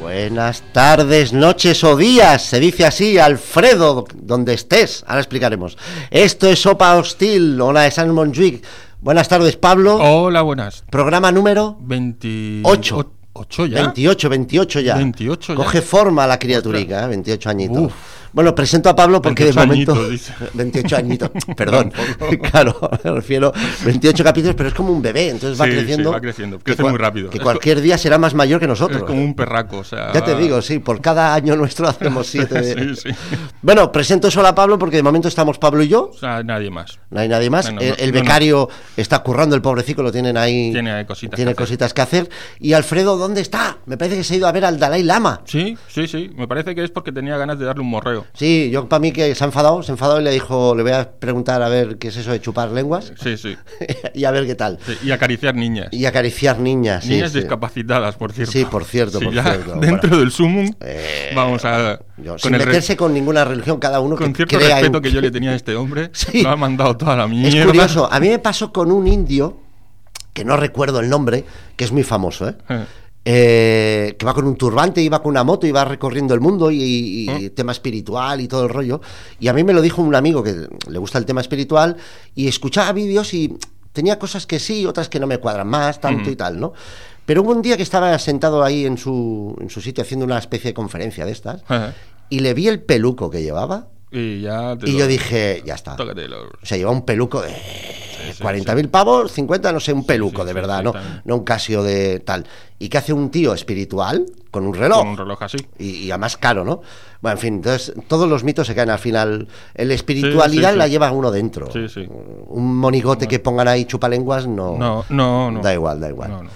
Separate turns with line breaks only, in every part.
Buenas tardes, noches o días, se dice así, Alfredo, donde estés, ahora explicaremos. Esto es Sopa Hostil, hola, es San Monjuic. Buenas tardes, Pablo.
Hola, buenas.
Programa número
28.
Ocho.
8 ya.
28, 28 ya.
28 ya.
Coge forma la criaturica, ¿eh? 28 añitos.
Uf.
Bueno, presento a Pablo porque de
28
momento...
añitos, dice.
28 añitos, perdón.
Tampoco.
claro, me refiero 28 capítulos, pero es como un bebé, entonces va
Sí, sí,
creciendo.
va creciendo,
que
crece
cua-
muy rápido.
Que
Es
cualquier día será más mayor que nosotros.
Es como un perraco, o sea.
Ya te
va-
digo, sí, por cada año nuestro hacemos siete. de-
Ah. Sí, sí.
Bueno, presento solo a Pablo porque de momento estamos Pablo y yo.
O sea, nadie más.
No hay nadie más.
No, no,
el,
no,
el
no, no.
becario está currando, el pobrecito lo tienen ahí.
Tiene cositas
tiene
que hacer.
cositas que hacer. Y Alfredo, ¿dónde está? Me parece que se ha ido a ver al Dalai Lama.
Sí, sí, sí. Me parece que es porque tenía ganas de darle un morreo.
Sí, yo para mí que se ha enfadado, se ha enfadado y le dijo, le voy a preguntar a ver qué es eso de chupar lenguas
Sí, sí.
y a ver qué tal.
Sí, Y acariciar niñas.
Y acariciar niñas. sí,
niñas
sí.
discapacitadas, por cierto.
Sí, por cierto,
Sí,
por
ya
cierto.
Dentro
Bueno.
del sumum,
Eh,
vamos a.
Yo,
con
sin
el re-
meterse con ninguna religión, cada uno
con
que
cierto
crea en
respeto que yo
qué-
le tenía a este hombre,
Sí.
lo ha mandado toda la mierda.
Es curioso, a mí me pasó con un indio, que no recuerdo el nombre, que es muy famoso, ¿eh? Eh, que va con un turbante, iba con una moto, iba recorriendo el mundo y, y-
Mm.
y tema espiritual y todo el rollo. Y a mí me lo dijo un amigo que le gusta el tema espiritual y escuchaba vídeos y tenía cosas que sí, otras que no me cuadran más, tanto y tal, ¿no? Pero hubo un día que estaba sentado ahí en su, en su sitio haciendo una especie de conferencia de estas y le vi el peluco que llevaba
eh, Y ya te
y
lo-
yo dije, ya está.
Tócate los-
O sea, lleva un peluco de
sí,
40.000 pavos, 50, no sé, un peluco
sí,
de
sí,
verdad,
sí,
¿no?
también.
No un casio de tal. ¿Y qué hace un tío espiritual con un reloj?
Con un reloj así.
Y, y además caro, ¿no? Bueno, en fin, entonces todos los mitos se caen al final. El espiritualidad
sí.
la lleva uno dentro.
Sí, sí.
Un monigote que pongan ahí chupalenguas no...
No, no, no.
Da igual, da igual.
No, no.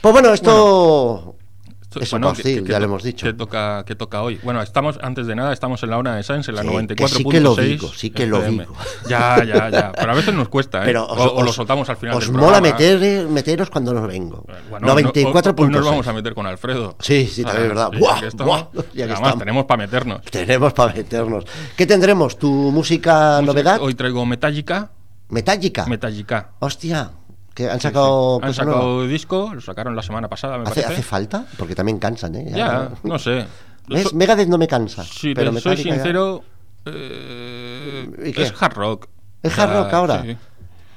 Pues bueno, esto...
Esto-
es
bueno,
hostil,
que- que
ya lo
to-
hemos dicho.
Que toca, que toca hoy. Bueno, estamos, antes de nada, estamos en la hora de Sáenz, en la
Sí, que
94.6.
sí que lo digo, sí que lo
FM.
digo.
Ya, ya, ya. Pero a veces nos cuesta, ¿eh?
Pero
o, o lo soltamos al final
Os
del
mola
programa.
meter, meteros cuando nos vengo.
Bueno,
94
hoy- hoy nos vamos a meter con Alfredo.
Sí, sí, también es verdad.
ya
Buah,
que estamos-
buah, ya que
y además
estamos.
tenemos para meternos.
Tenemos para meternos. ¿Qué tendremos? ¿Tu música novedad?
Hoy traigo Metallica.
Metallica.
Metallica.
Hostia, que han sacado.
Han
cosa
sacado
nueva.
disco, lo sacaron la semana pasada, me
¿Hace,
parece.
hace falta? Porque también cansan, ¿eh?
ya, no sé.
¿Ves?
So-
Megadeth no me cansa.
Si
pero
te soy
Metallica ya-
sincero, eh,
¿Y qué?
es hard rock.
¿Es
O sea,
hard rock ahora?
sí.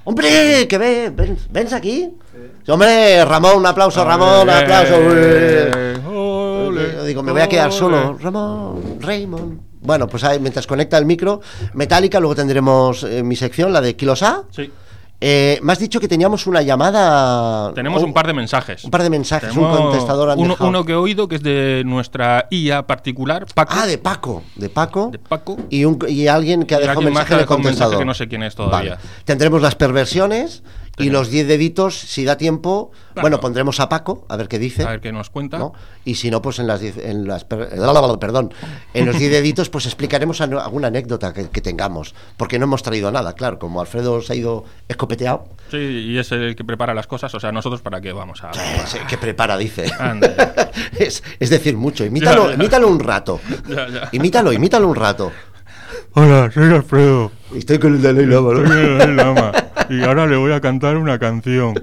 ¡Hombre! que ve? ¿Ven, ¿Vens aquí? ¡Hombre! Ramón, un aplauso, Ramón, un
Ole,
aplauso.
ole,
Yo digo, me voy a quedar
ole.
solo. Ramón, Raymond. Bueno, pues ahí, mientras conecta el micro, Metallica, luego tendremos eh, mi sección, la de Kilos A.
Sí.
Eh, me has dicho que teníamos una llamada.
Tenemos un par de mensajes.
Oh. un par de mensajes,
Tenemos
un contestador han
uno,
dejado.
uno que he oído que es de nuestra IA particular, Paco.
Ah, de Paco. De Paco.
de Paco.
Y, un- y alguien que ha
Y
dejado
alguien más
mensaje
que
en
ha
el
dejado un mensaje
contestador.
que no sé quién es todavía.
Vale. Tendremos las perversiones y
Tenemos.
los 10 deditos, si da tiempo.
Claro.
Bueno, pondremos a Paco, a ver qué dice.
A ver qué nos cuenta.
¿no? Y si no, pues en las, diez- en las per- perdón, en los 10 deditos, pues explicaremos ano- alguna anécdota que, que tengamos. Porque no hemos traído nada, claro. Como Alfredo se ha ido escopeteado,
Sí, y es el que prepara las cosas. O sea, nosotros para qué vamos a.
se- que prepara, dice.
Anda.
es, es decir, mucho. Imítalo,
Ya, ya.
imítalo un rato.
Ya, ya.
Imítalo, imítalo un rato.
Hola, soy Alfredo.
Estoy con el Dalai Lama, ¿no?
Y ahora le voy a cantar una canción.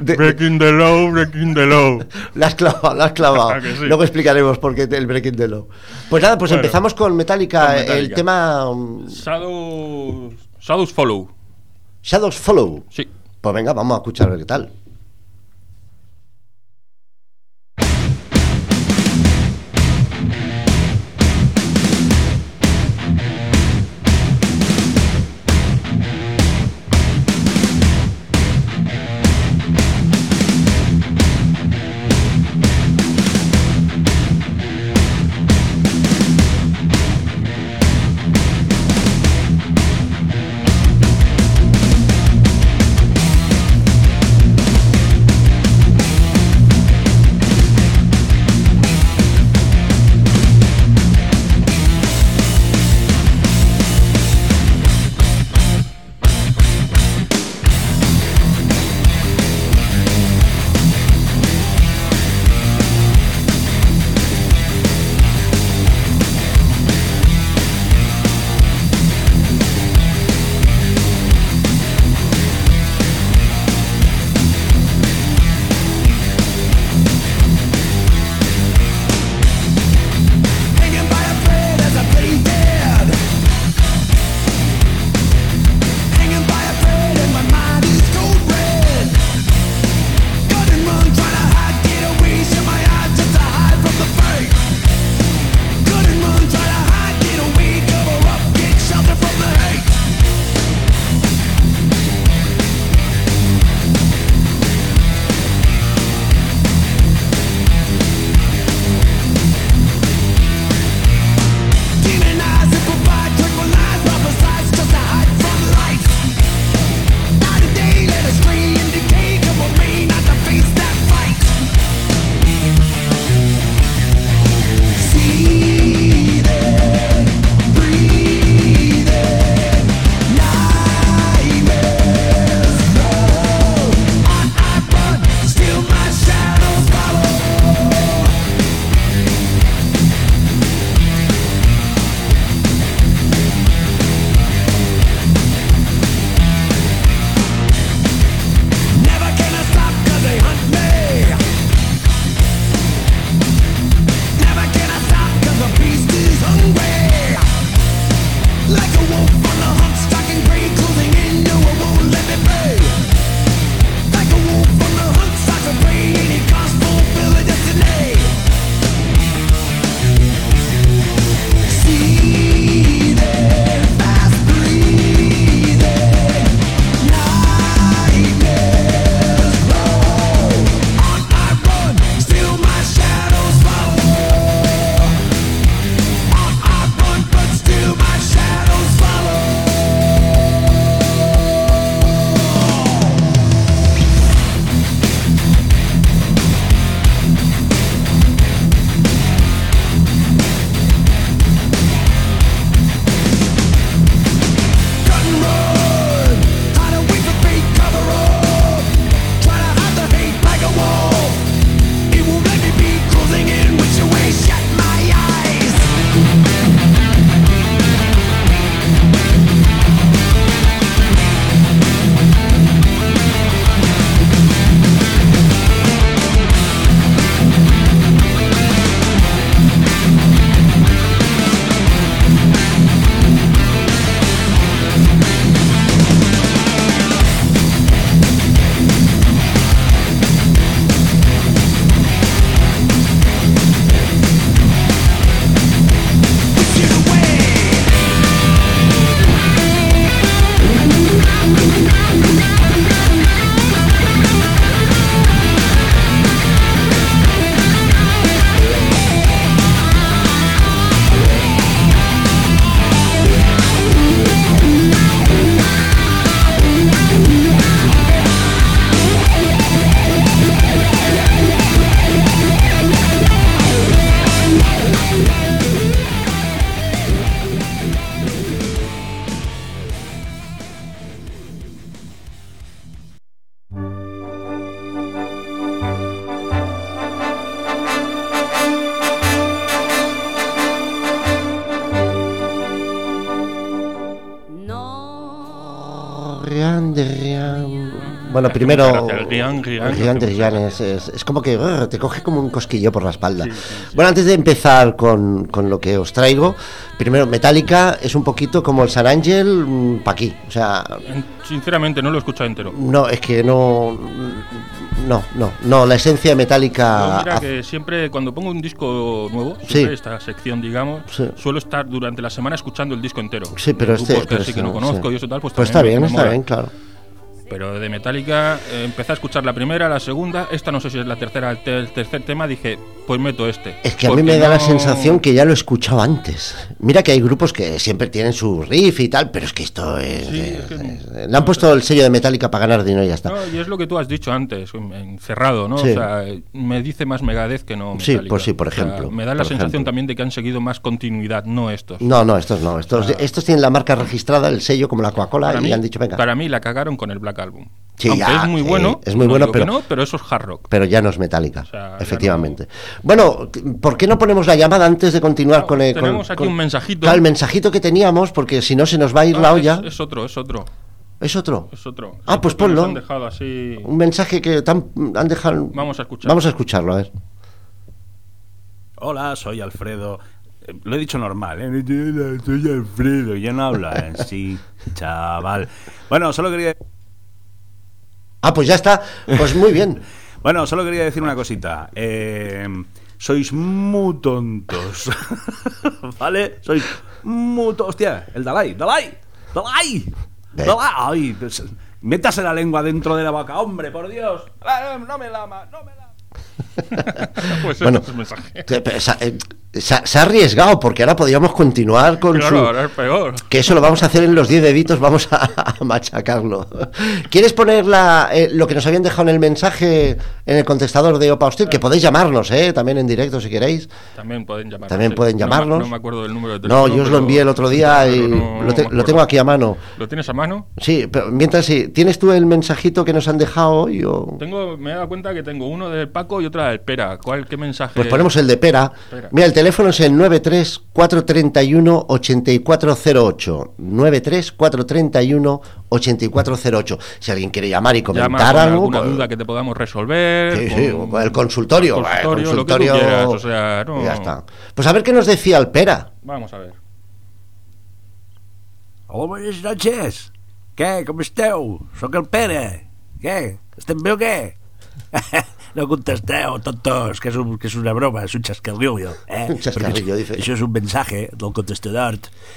De-
Breaking the Law, Breaking the Law.
La has clavado, la has clavado.
Claro Ah, que sí.
Luego explicaremos por qué el Breaking the Law. Pues nada, pues
Bueno,
empezamos con Metallica,
con Metallica.
el tema um,
Shadows, Shadows Follow.
Shadows Follow.
Sí.
Pues venga, vamos a escuchar a ver qué tal. Rian de Rian. Bueno, primero.
El Rian, Rian,
Rian de
que me
Rian
gusta.
es, es- es como que brr, te coge como un cosquillo por la espalda. Bueno, antes de empezar con, con lo que os traigo, primero, Metallica es un poquito como el San Ángel mm, pa' aquí. O sea,
Sinceramente, no lo he escuchado entero.
no, es que no. mm, No, no, no, la esencia de
Yo,
Metallica.
mira
hace-
que siempre cuando pongo un disco nuevo, siempre
Sí.
esta sección, digamos,
Sí.
suelo estar durante la semana escuchando el disco entero.
Sí, pero este.
Grupos que
pero
sí
este
que no conozco
sí.
y eso tal, pues,
está bien,
también me- me
está
mola.
bien, claro.
Pero de Metallica eh, empecé a escuchar la primera, la segunda, esta no sé si es la tercera, el, te- el tercer tema, dije, pues meto este.
Es que a
Porque
mí me da la
no-
sensación que ya lo he escuchado antes. Mira que hay grupos que siempre tienen su riff y tal, pero es que esto es.
Sí,
es-
es que no-
es- le han puesto el sello de Metallica para ganar dinero y ya está.
No, y es lo que tú has dicho antes, en- encerrado, ¿no?
Sí.
O sea, me dice más Megadez que no
Sí,
Metallica.
pues sí, por
O sea,
ejemplo,
me da la
por
sensación
ejemplo.
también de que han seguido más continuidad, no estos.
No, no, estos no. Estos, estos tienen la marca registrada, el sello como la Coca-Cola
Ah. Para
y
mí,
han dicho, venga.
para mí la cagaron con el Black Album.
Sí,
Aunque
ya,
es muy
sí,
bueno,
es muy
no
bueno,
digo que
pero-
no, pero eso es hard rock.
Pero ya no es metálica,
sea, ya
efectivamente. Bueno, ¿por qué no ponemos la llamada antes de continuar
No,
con el. con-
tenemos aquí
con-
un mensajito.
Claro, el mensajito que teníamos, porque si no se nos va a ir
No,
la
es-
olla.
Ah, Es, otro, es otro,
¿Es otro?
es otro.
Ah,
Es
pues
otro que nos
ponlo.
han dejado así.
Un mensaje que tan- han dejado.
Vamos a escucharlo.
Vamos a escucharlo, a ver.
Hola, soy Alfredo. Eh, Lo he dicho normal, ¿eh? Hola, Soy Alfredo, ya no habla en sí, chaval. Bueno, solo quería
Ah, pues ya está. Pues muy bien.
bueno, solo quería decir una cosita. Eh, sois muy tontos. ¿Vale? Sois muy tontos. Hostia, el Dalai, Dalai, Dalai,
Ve.
Dalai. Ay, pues, métase la lengua dentro de la boca, hombre, por Dios. Ah, No me lama, no me lama.
Pues ese
Bueno,
es el mensaje.
te- pero se, eh, se- se ha arriesgado porque ahora podríamos continuar con
Claro,
su...
ahora es peor.
Que eso lo vamos a hacer en los 10 deditos, vamos a, a machacarlo. ¿Quieres poner la, eh, lo que nos habían dejado en el mensaje en el contestador de Opa Hostil? Que podéis llamarnos, eh, también en directo si queréis.
También pueden llamarnos.
También
sí.
pueden
No me-
llamarnos.
No, me acuerdo del número de
No,
teléfono.
yo os lo
pero-
envié el otro día y
pero no-
lo, te-
no me
lo
acuerdo.
tengo aquí a mano.
¿Lo tienes a mano?
Sí, pero mientras sí, ¿tienes tú el mensajito que nos han dejado hoy? o-
Tengo, me he dado cuenta que tengo uno de Paco y otra de Pera. ¿Cuál, ¿Qué mensaje?
Pues ponemos el de Pera.
Pera.
Mira, el teléfono es el 93431-8408. 93431-8408. Si alguien quiere llamar y
Llama
comentar
con
algo.
alguna
pues-
duda que te podamos resolver.
Sí, sí,
con-
o con el consultorio.
el
va, el
consultorio, lo que tú
consultorio-
quieras, o sea, no-
Ya está. Pues a ver qué nos decía el Pera.
Vamos a ver.
Hola, buenas noches. Què? Com esteu? Sóc el Pere. Què? Estem bé o què? No contesteu, tontos, que és, un, que és una broma, és un xascarrillo. Eh?
Un chascarrillo,
Perquè
dice.
Això és un mensaje del contestador.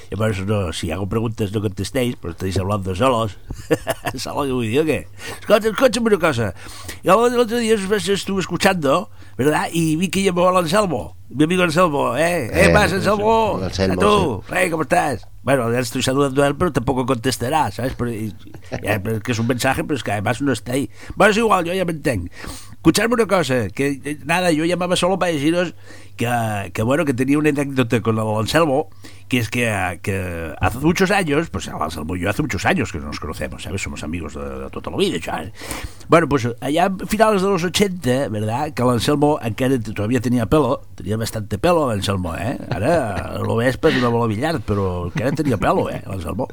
Llavors, no, si hi ha preguntes no contestéis, però estáis hablando solos. Solos, vull dir, o què? Escolta, escolta'm una cosa. Jo l'altre dia us vaig estuve escuchando, ¿verdad? Y vi que llamó al Anselmo, mi amigo Anselmo, ¿eh? ¿Qué
Eh,
pasa, Anselmo?
el Anselmo,
¿A tú? Rey, ¿cómo estás? Bueno, ya estoy saludando a él, pero tampoco contestará, ¿sabes? Pero, y- ya, pero es que es un mensaje, pero es que además no está ahí. Bueno, es igual, yo ya me entiendo. Escuchadme una cosa, que eh, nada, yo llamaba solo para deciros que, que, bueno, que tenía una anécdota con el Anselmo, que es que, eh, que hace muchos años, pues el Anselmo y yo hace muchos años que nos conocemos, ¿sabes? Somos amigos de, de toda la vida, ¿sabes? Bueno, pues allá a finales de los 80, ¿verdad? Que el Anselmo encara t- todavía tenía pelo, tenía bastante pelo el Anselmo, ¿eh? Ahora lo ves per una bola billar, pero encara tenía pelo, ¿eh? El Anselmo.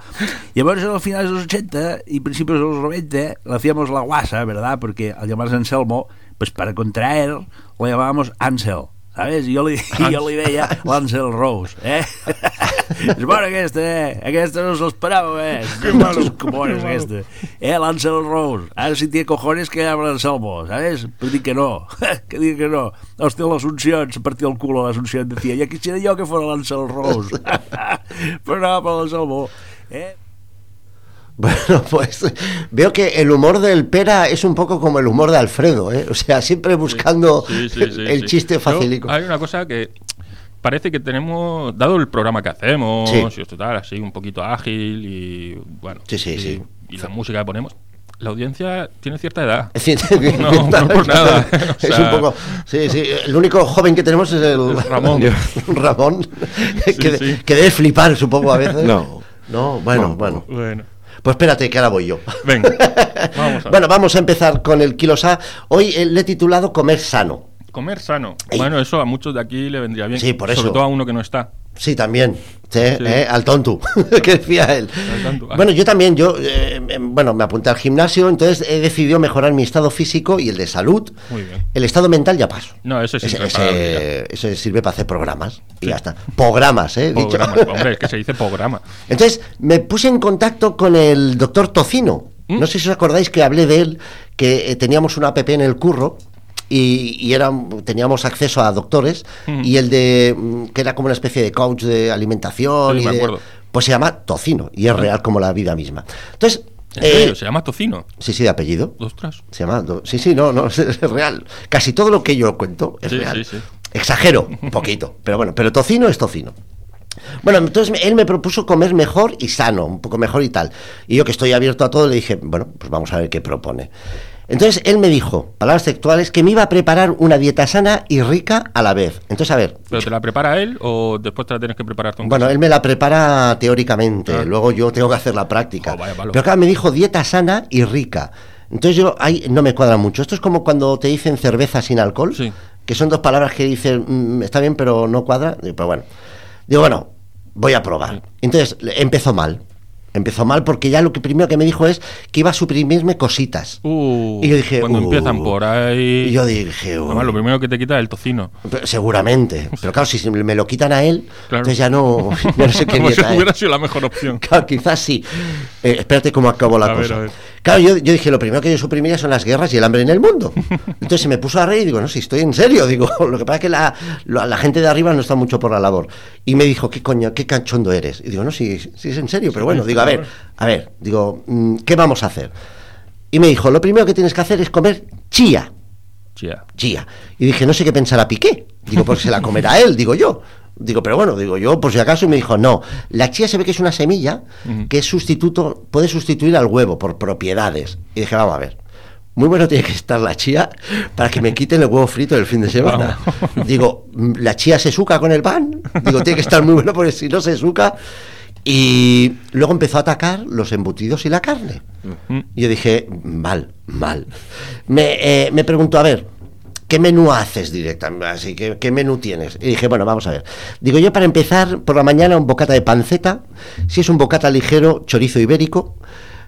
Llavors, a finals dels 80 i principis dels 90, le hacíamos la guasa, ¿verdad? Porque al llamarse Anselmo, pues para contraer, lo llamábamos Ansel. ¿Sabes? I jo li, i jo li deia l'Ansel Rose, eh? És bona aquesta, eh? Aquesta no us l'esperàveu, eh? Que malo. Que bona és aquesta. Eh, l'Ansel Rose. Ara si té cojones que llama l'Anselmo, ¿sabes? Però dic que no. que dic que no. Hòstia, l'Assumpció ens partia el cul a l'Assumpció. Decía, ja quisiera jo que fos l'Ansel Rose. Però no, per l'Anselmo. Eh?
Bueno, pues veo que el humor del Pera es un poco como el humor de Alfredo, ¿eh? O sea, siempre buscando
Sí, sí, sí,
el
sí.
chiste
Yo-
facilico.
hay una cosa que parece que tenemos, dado el programa que hacemos,
Sí.
y esto tal, así un poquito ágil y bueno.
Sí, sí,
y,
sí.
y la música que ponemos. La audiencia tiene cierta edad.
Es decir,
No, no por nada. O
es un
sea-
poco. Sí, sí. El único joven que tenemos es el.
Es Ramón.
Ramón.
Sí,
que, de-
sí.
que debe flipar, supongo, a veces.
No.
No, bueno,
No.
bueno.
Bueno.
Pues espérate, que ahora voy yo.
Venga. Vamos a ver.
Bueno, vamos a empezar con el Kilosa. Hoy eh, le he titulado Comer sano.
Comer sano. Bueno, eso a muchos de aquí le vendría bien.
Sí, por
sobre
eso.
todo a uno que no está.
Sí, también. Sí, eh, al tonto, que decía él.
tonto, ah.
Bueno, yo también, yo, eh, em, bueno, me apunté al gimnasio, entonces he decidido mejorar mi estado físico y el de salud.
Muy bien.
El estado mental ya paso.
No, eso es
Ese-
impreparable,
ese- ese sirve para hacer programas y ya está. Programas, ¿eh? he dicho.
Programa, hombre, es que se dice programa.
Entonces me puse en contacto con el doctor Tocino.
¿Mm?
No sé si os acordáis que hablé de él, que eh, teníamos una app en el curro y, y era, teníamos acceso a doctores y el de mm, que era como una especie de coach de alimentación
Sí,
y
me
de-
acuerdo.
pues se llama Tocino y es real como la vida misma. Entonces,
¿En
eh,
serio? ¿Se llama tocino?
sí, sí, de apellido.
Ostras.
Se llama. do- Sí, sí, no, no, es, es real. Casi todo lo que yo cuento es
Sí,
real.
sí, sí.
Exagero un poquito, pero bueno, pero tocino es tocino. Bueno, entonces me- él me propuso comer mejor y sano, un poco mejor y tal. Y yo que estoy abierto a todo le dije, bueno, pues vamos a ver qué propone. Entonces él me dijo, palabras textuales, que me iba a preparar una dieta sana y rica a la vez. Entonces, a ver,
¿Pero te la prepara él o después te la tienes que preparar tú? en
bueno, él me la prepara teóricamente,
Ah.
luego yo tengo que hacer la práctica.
Jo, vaya palo.
Pero claro, me dijo dieta sana y rica. Entonces yo ahí no me cuadra mucho. Esto es como cuando te dicen cerveza sin alcohol,
Sí.
que son dos palabras que dicen "Mm, está bien, pero no cuadra. Digo, Pero bueno, digo, bueno, voy a probar. Entonces le- empezó mal. Empezó mal porque ya lo que primero que me dijo es que iba a suprimirme cositas.
Uh,
y yo dije,
cuando
"Uh".
empiezan por ahí.
Y yo dije, "Uh".
Además, lo primero que te quita es el tocino.
Pero seguramente. Pero claro, si me lo quitan a él,
Claro.
entonces ya no, ya no sé qué
Como si
dieta es.
hubiera sido la mejor opción.
Claro, quizás sí. Eh, espérate cómo acabó la
A ver,
cosa.
a ver.
Claro, yo, yo dije, lo primero que yo suprimiría son las guerras y el hambre en el mundo. Entonces se me puso a reír y digo, no, si estoy en serio. Digo, lo que pasa es que la, la, la gente de arriba no está mucho por la labor. Y me dijo, ¿qué coño, qué canchondo eres? Y digo, no, si, si es en serio, pero bueno,
sí,
digo, a
claro.
ver, a ver, digo, mm, ¿qué vamos a hacer? Y me dijo, lo primero que tienes que hacer es comer chía
Chía.
chía. Y dije, no sé qué pensará Piqué. Digo, porque se la comerá él, digo yo. Digo, pero bueno, digo yo, por si acaso, y me dijo, no, la chía se ve que es una semilla que es sustituto, puede sustituir al huevo por propiedades. Y dije, vamos a ver, muy bueno tiene que estar la chía para que me quiten el huevo frito del fin de semana. Digo, mm, la chía se suca con el pan. Digo, tiene que estar muy bueno porque si no se suca. Y luego empezó a atacar los embutidos y la carne.
Mm.
Y yo dije, mal, mal. Me, eh, me preguntó, a ver, ¿qué menú haces directamente? Así que, ¿qué menú tienes? Y dije, bueno, vamos a ver. Digo, yo para empezar, por la mañana un bocata de panceta, si es un bocata ligero, chorizo ibérico.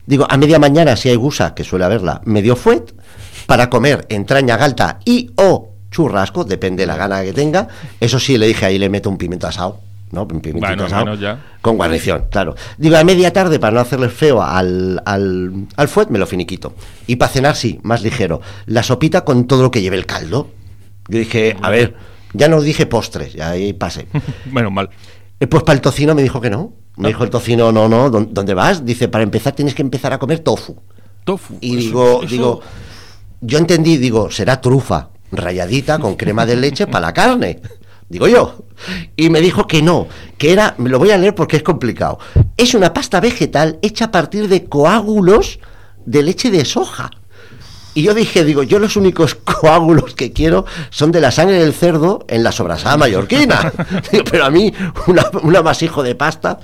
Digo, a media mañana, si hay gusa, que suele haberla, medio fuet, para comer entraña galta y o churrasco, depende la gana que tenga. Eso sí, le dije ahí, le meto un pimiento asado. ¿no? Un pimiento
Bueno, al
asado
menos ya.
con guarnición, claro. Digo, a media tarde, para no hacerle feo al, al, al fuet, me lo finiquito. Y para cenar, sí, más ligero. La sopita con todo lo que lleve el caldo. Yo dije, a ver, ya no dije postres, ya ahí pasé.
Menos mal.
Eh, Pues para el tocino me dijo que no. Me
Ah.
dijo el tocino, no, no, ¿dó- ¿dónde vas? Dice, para empezar tienes que empezar a comer tofu.
Tofu.
Y
eso-
digo,
eso-
digo, yo entendí, digo, será trufa rayadita con crema de leche para la carne. Digo yo. Y me dijo que no, que era, me lo voy a leer porque es complicado. Es una pasta vegetal hecha a partir de coágulos de leche de soja. Y yo dije, digo, yo los únicos coágulos que quiero son de la sangre del cerdo en la sobrasada mallorquina. Digo, Pero a mí, una, un amasijo de pasta.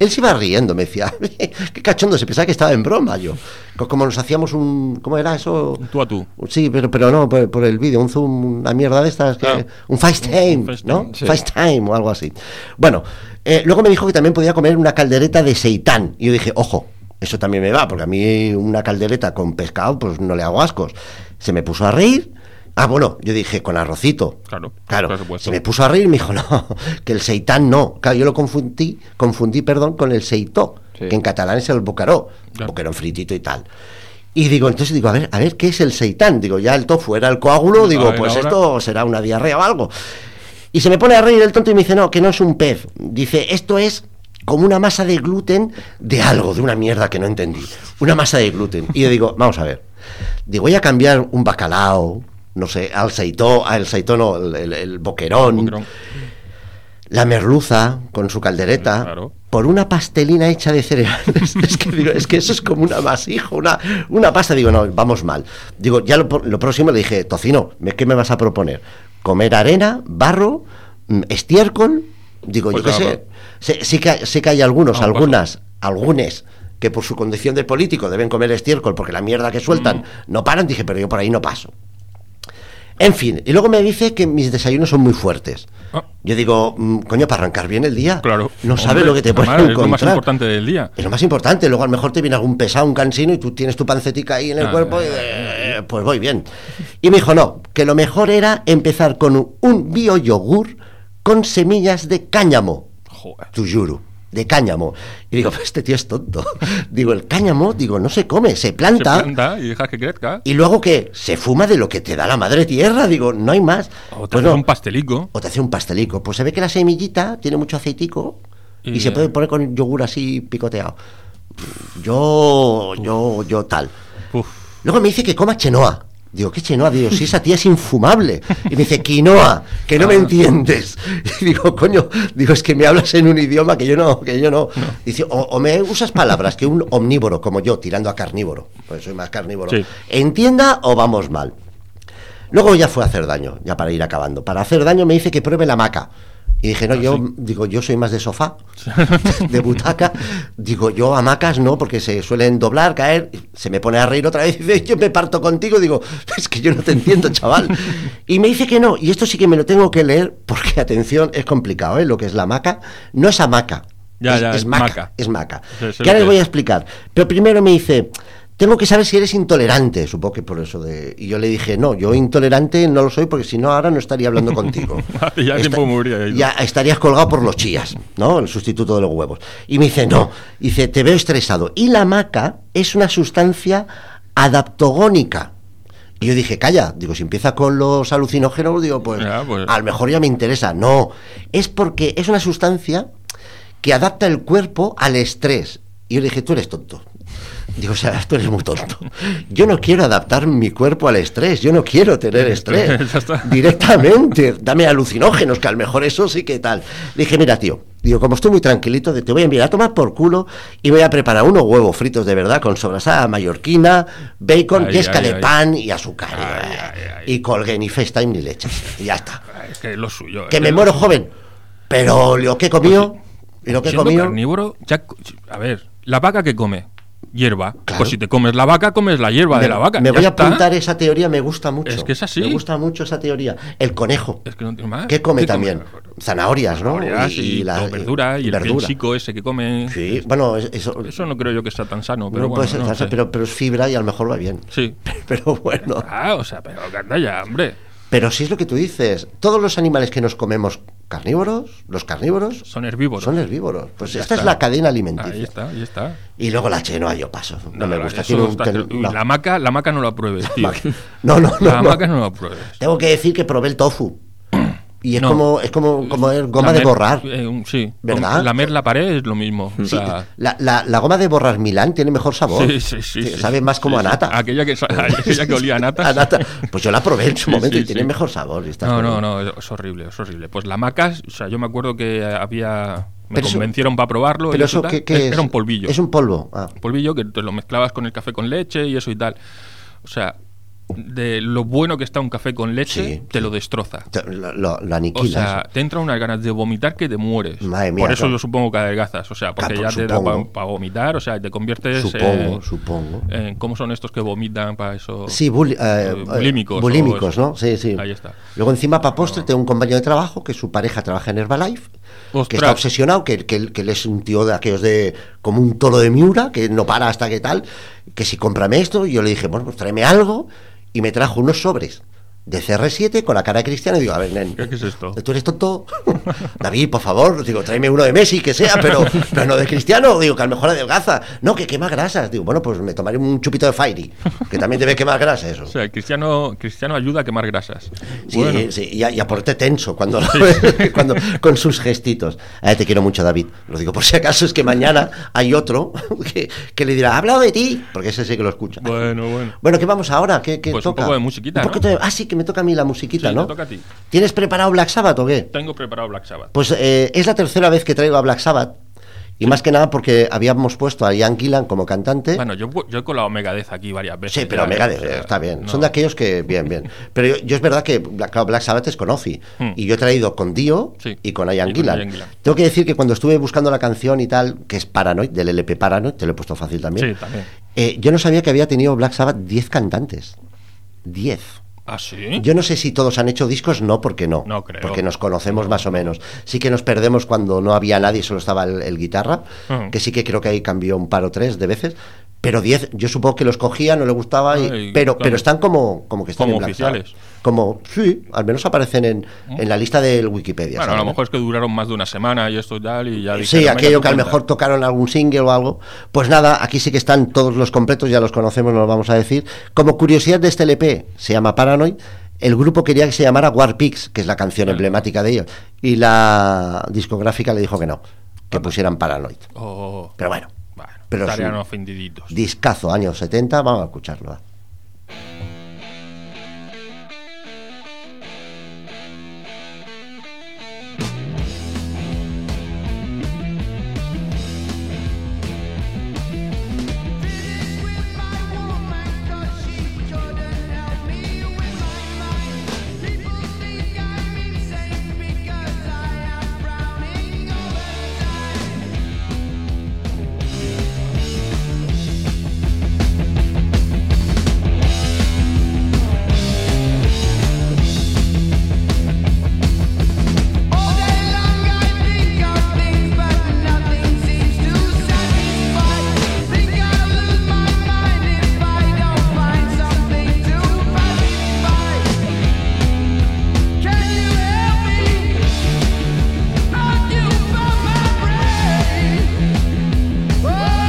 Él se iba riendo, me decía, qué cachondo, se pensaba que estaba en broma yo. Co- Como nos hacíamos un, ¿cómo era eso?
Un tú a tú.
Sí, pero, pero no, por, por el vídeo, un Zoom, una mierda de estas, que-
Ah.
un FaceTime,
Un FaceTime,
¿no?
sí.
FaceTime o algo así. Bueno, eh, luego me dijo que también podía comer una caldereta de seitán. Y yo dije, ojo, eso también me va, porque a mí una caldereta con pescado, pues no le hago ascos. Se me puso a reír. Ah, bueno, yo dije, con arrocito.
Pues Claro,
Claro,
por supuesto.
se me puso a reír y me dijo, no, que el seitán no. Claro, yo lo confundí, confundí, perdón, con el seitó,
Sí.
que en catalán es el bocaró,
Claro.
boquerón fritito y tal. Y digo, entonces digo, a ver, a ver, ¿qué es el seitán? Digo, ya el tofu era el coágulo, digo,
ver,
pues
ahora.
esto será una diarrea o algo. Y se me pone a reír el tonto y me dice, no, que no es un pez. Dice, esto es como una masa de gluten de algo, de una mierda que no entendí. Una masa de gluten. Y yo digo, vamos a ver. Digo, voy a cambiar un bacalao, no sé, al seitó, al seitó no, el, el- el boquerón,
Boquerón.
la merluza con su caldereta,
Eh, claro.
por una pastelina hecha de cereales. es, que digo, es que eso es como un amasijo, una, una pasta. Digo, no, vamos mal. Digo, ya lo, po- lo próximo le dije, tocino, ¿me- ¿qué me vas a proponer? ¿Comer arena, barro, mm, estiércol? Digo,
Pues
yo qué
claro,
sé. sé. Sí que, sé que hay algunos,
Ah, un
algunas, algunos que por su condición de político deben comer estiércol porque la mierda que
Mm.
sueltan no paran. Dije, pero yo por ahí no paso. En fin, y luego me dice que mis desayunos son muy fuertes.
Ah.
Yo digo, mm, coño, para arrancar bien el día.
Claro.
No sabes
Hombre,
lo que te puedes
además,
encontrar.
Es lo más importante del día.
Es lo más importante. Luego a lo mejor te viene algún pesado, un cansino, y tú tienes tu pancetica ahí en el
Ah,
cuerpo y eh, pues voy bien. Y me dijo, no, que lo mejor era empezar con un, un bio yogur con semillas de cáñamo.
Joder.
Tuyuru. De cáñamo. Y digo, "Pero este tío es tonto. Digo, el cáñamo, digo, no se come, se
Se
planta.
planta y dejas que crezca.
Y luego que se fuma de lo que te da la madre tierra. Digo, no hay más.
O te
Pues
haces
no,
un pastelico.
o te hace un pastelico. Pues se ve que la semillita tiene mucho aceitico y,
Y-
se puede poner con yogur así picoteado. Yo, yo, yo tal.
Uf.
Luego me dice que coma chenoa. Digo, ¿qué chenoa? Digo, si esa tía es infumable. Y me dice, quinoa, que no me entiendes. Y digo, coño, digo, es que me hablas en un idioma que yo no, que yo no. Dice, o, o me usas palabras que un omnívoro como yo, tirando a carnívoro, pues soy más carnívoro,
Sí.
entienda o vamos mal. Luego ya fue a hacer daño, ya para ir acabando. Para hacer daño me dice que pruebe la maca. Y dije, no,
Ah,
yo digo, yo soy más de sofá, de butaca. Digo, yo hamacas no, porque se suelen doblar, caer. Se me pone a reír otra vez y dice, yo me parto contigo. Digo, es que yo no te entiendo, chaval. Y me dice que no. Y esto sí que me lo tengo que leer, porque atención, es complicado, ¿eh? Lo que es la maca. No es hamaca.
Ya,
es,
ya,
es
es
maca,
maca.
Es maca.
Sí, sí,
que ahora
lo
les
que
voy a
es.
explicar. Pero primero me dice, tengo que saber si eres intolerante, supongo que por eso de... Y yo le dije, no, yo intolerante no lo soy porque si no ahora no estaría hablando contigo.
Hace ya tiempo me hubiera ido.
ya estarías colgado por los chías, ¿no? El sustituto de los huevos. Y me dice, no, dice, te veo estresado. Y la maca es una sustancia adaptogónica. Y yo dije, calla, digo, si empieza con los alucinógenos, digo, pues,
Ya, pues.
a lo mejor ya me interesa. No, es porque es una sustancia que adapta el cuerpo al estrés. Y yo le dije, tú eres tonto. Digo, o sea, tú eres muy tonto. Yo no quiero adaptar mi cuerpo al estrés, yo no quiero tener estrés.
Ya está.
Directamente, dame alucinógenos, que a lo mejor eso sí que tal. Le dije, mira, tío, digo, como estoy muy tranquilito, te voy a enviar a tomar por culo y voy a preparar unos huevos fritos de verdad con sobrasada mallorquina, bacon,
Ay,
yesca
ay,
de
ay.
pan y azúcar.
Ay, ay, ay.
Y colgué ni FaceTime ni leche. Y ya está.
Es que es lo suyo.
Que
es
me
lo
muero joven. Pero lo que he comido, y lo que he
Pues Siendo
comido.
carnívoro, ya, co- a ver, la vaca que come hierba.
Claro.
Pues si te comes la vaca, comes la hierba
me,
de la vaca.
me
Ya
voy a
está.
apuntar esa teoría, me gusta mucho.
Es que es así.
Me gusta mucho esa teoría. El conejo.
Es que no tiene más.
¿Qué come también? Zanahorias, ¿no?
Zanahorias y,
la-
todo, verdura y, el- el
verdura.
chico ese que come.
Sí, bueno, es- eso,
Eso no creo yo que sea tan sano, pero
no
bueno,
puede ser
no
tan-
sé.
pero, pero es fibra y a lo mejor va bien.
Sí.
Pero bueno.
Ah, o sea, pero ya, hombre.
Pero si es lo que tú dices, todos los animales que nos comemos carnívoros, los carnívoros,
Son herbívoros.
son herbívoros. Pues
Ya
esta es
está.
la cadena
Ahí
alimenticia.
está, ahí está.
Y luego la chenoa yo paso. No, me
Nada,
gusta.
eso
Tiene un
está-
tel-
uy,
no.
La maca, la maca no la pruebes, tío.
Maca. No, no, no,
La
no.
maca no la pruebes.
Tengo que decir que probé el tofu. Y es
No.
como es como, como es goma de
Lamer-
borrar.
eh, un- sí.
¿Verdad?
Lamer la pared es lo mismo. o
Sí,
sea,
la, la- la goma de borrar Milán tiene mejor sabor.
Sí, sí, sí, sí.
sabe más como
Sí,
a
sí.
nata.
Aquella que, sa- aquella que olía a nata.
A nata. Pues yo la probé en su
Sí,
momento
sí,
y tiene
sí.
mejor sabor. y está
No,
bueno.
no, no, es horrible, es horrible. Pues la macas, o sea, yo me acuerdo que había. Me
Pero eso-
convencieron para probarlo. y
Pero
eso
eso,
tal.
¿qué, qué
Es-
es?
Era un polvillo.
Es un polvo. Ah.
polvillo que te lo mezclabas con el café con leche y eso y tal. O sea, de lo bueno que está un café con leche,
Sí.
te lo destroza.
Te- Lo, lo- lo
O
aniquilas.
sea, te entra unas ganas de vomitar que te mueres.
Madre mía,
Por eso
claro.
yo supongo que adelgazas. O sea, porque
Claro,
ya te da para
supongo.
vomitar, o sea, te conviertes.
Supongo,
eh,
supongo.
en ¿Cómo son estos que vomitan para eso?
Sí, buli- eh,
eh, bulímicos.
eh,
o
bulímicos,
eso.
¿no? Sí, sí.
Ahí está.
Luego encima, para postre, tengo un compañero de trabajo que su pareja trabaja en Herbalife, que
Ostras.
está obsesionado, que, que, que él es un tío de aquellos de... como un toro de Miura, que no para hasta que tal, que si cómprame esto, y yo le dije, bueno, pues tráeme algo, y me trajo unos sobres de CR7 con la cara de cristiano, y digo, a ver, nen,
¿Qué es esto?
¿Tú eres tonto? David, por favor, digo, tráeme uno de Messi, que sea, pero, pero no de Cristiano, digo, que a lo mejor adelgaza. No, que quema grasas. Digo, bueno, pues me tomaré un chupito de Fairy, que también debe quemar grasas eso.
O sea, Cristiano, Cristiano ayuda a quemar grasas.
Sí,
Bueno,
sí, y, a- y aporte tenso cuando, lo ves, cuando con sus gestitos. Ah, te quiero mucho, David. Lo digo por si acaso, es que mañana hay otro que, que le dirá, ha hablado de ti, porque ese sí que lo escucha.
bueno, bueno.
Bueno, ¿qué vamos ahora? ¿Qué, qué
Pues un
toca?
poco de musiquita,
Un poquito
¿no?
de- Ah, sí, que me toca a mí la musiquita,
Sí,
¿no?
te toca a ti.
¿Tienes preparado Black Sabbath o qué?
Tengo preparado Black Sabbath.
Pues eh, es la tercera vez que traigo a Black Sabbath. Y más que nada porque habíamos puesto a Ian Gillan como cantante.
Bueno, yo, yo he colado Megadeth aquí varias veces.
¿Eh? sí, pero
ya,
Megadeth
o sea,
está bien.
no.
Son de aquellos que. Bien, bien. Pero yo, yo es verdad que Black, claro, Black Sabbath es con Ozzy.
Hmm.
Y yo he traído con Dio
Sí.
y con Ian
Y con
Gillan.
Ian Gillan.
Tengo que decir que cuando estuve buscando la canción y tal, que es Paranoid, del LP Paranoid, te lo he puesto fácil también.
Sí, también.
eh, yo no sabía que había tenido Black Sabbath 10 cantantes. 10.
¿Ah, sí?
Yo no sé si todos han hecho discos, no, porque no.
No creo.
Porque nos conocemos más o menos. Sí que nos perdemos cuando no había nadie, solo estaba el, el guitarra,
Ujú.
que sí que creo que ahí cambió un par o tres de veces. Pero diez, yo supongo que los cogía, no le gustaba, y-
Ah, y-
pero,
claro.
pero están como, como que están
Como
en Black
oficiales.
Sabbath. Como, sí, al menos aparecen en, en la lista del Wikipedia.
Bueno, a
¿sabes?
lo mejor es que duraron más de una semana y esto y tal, y ya
Sí,
dijeron,
aquello
"Venga, tú
que a lo
cuenta".
mejor tocaron algún single o algo. Pues nada, aquí sí que están todos los completos, ya los conocemos, no los vamos a decir. Como curiosidad de este LP, se llama Paranoid. El grupo quería que se llamara War Pigs, que es la canción emblemática de ellos. Y la discográfica le dijo que no, que pusieran Paranoid.
Oh,
Pero bueno,
bueno,
Pero
estarían
sí.
ofendiditos.
discazo, años 70, vamos a escucharlo. va.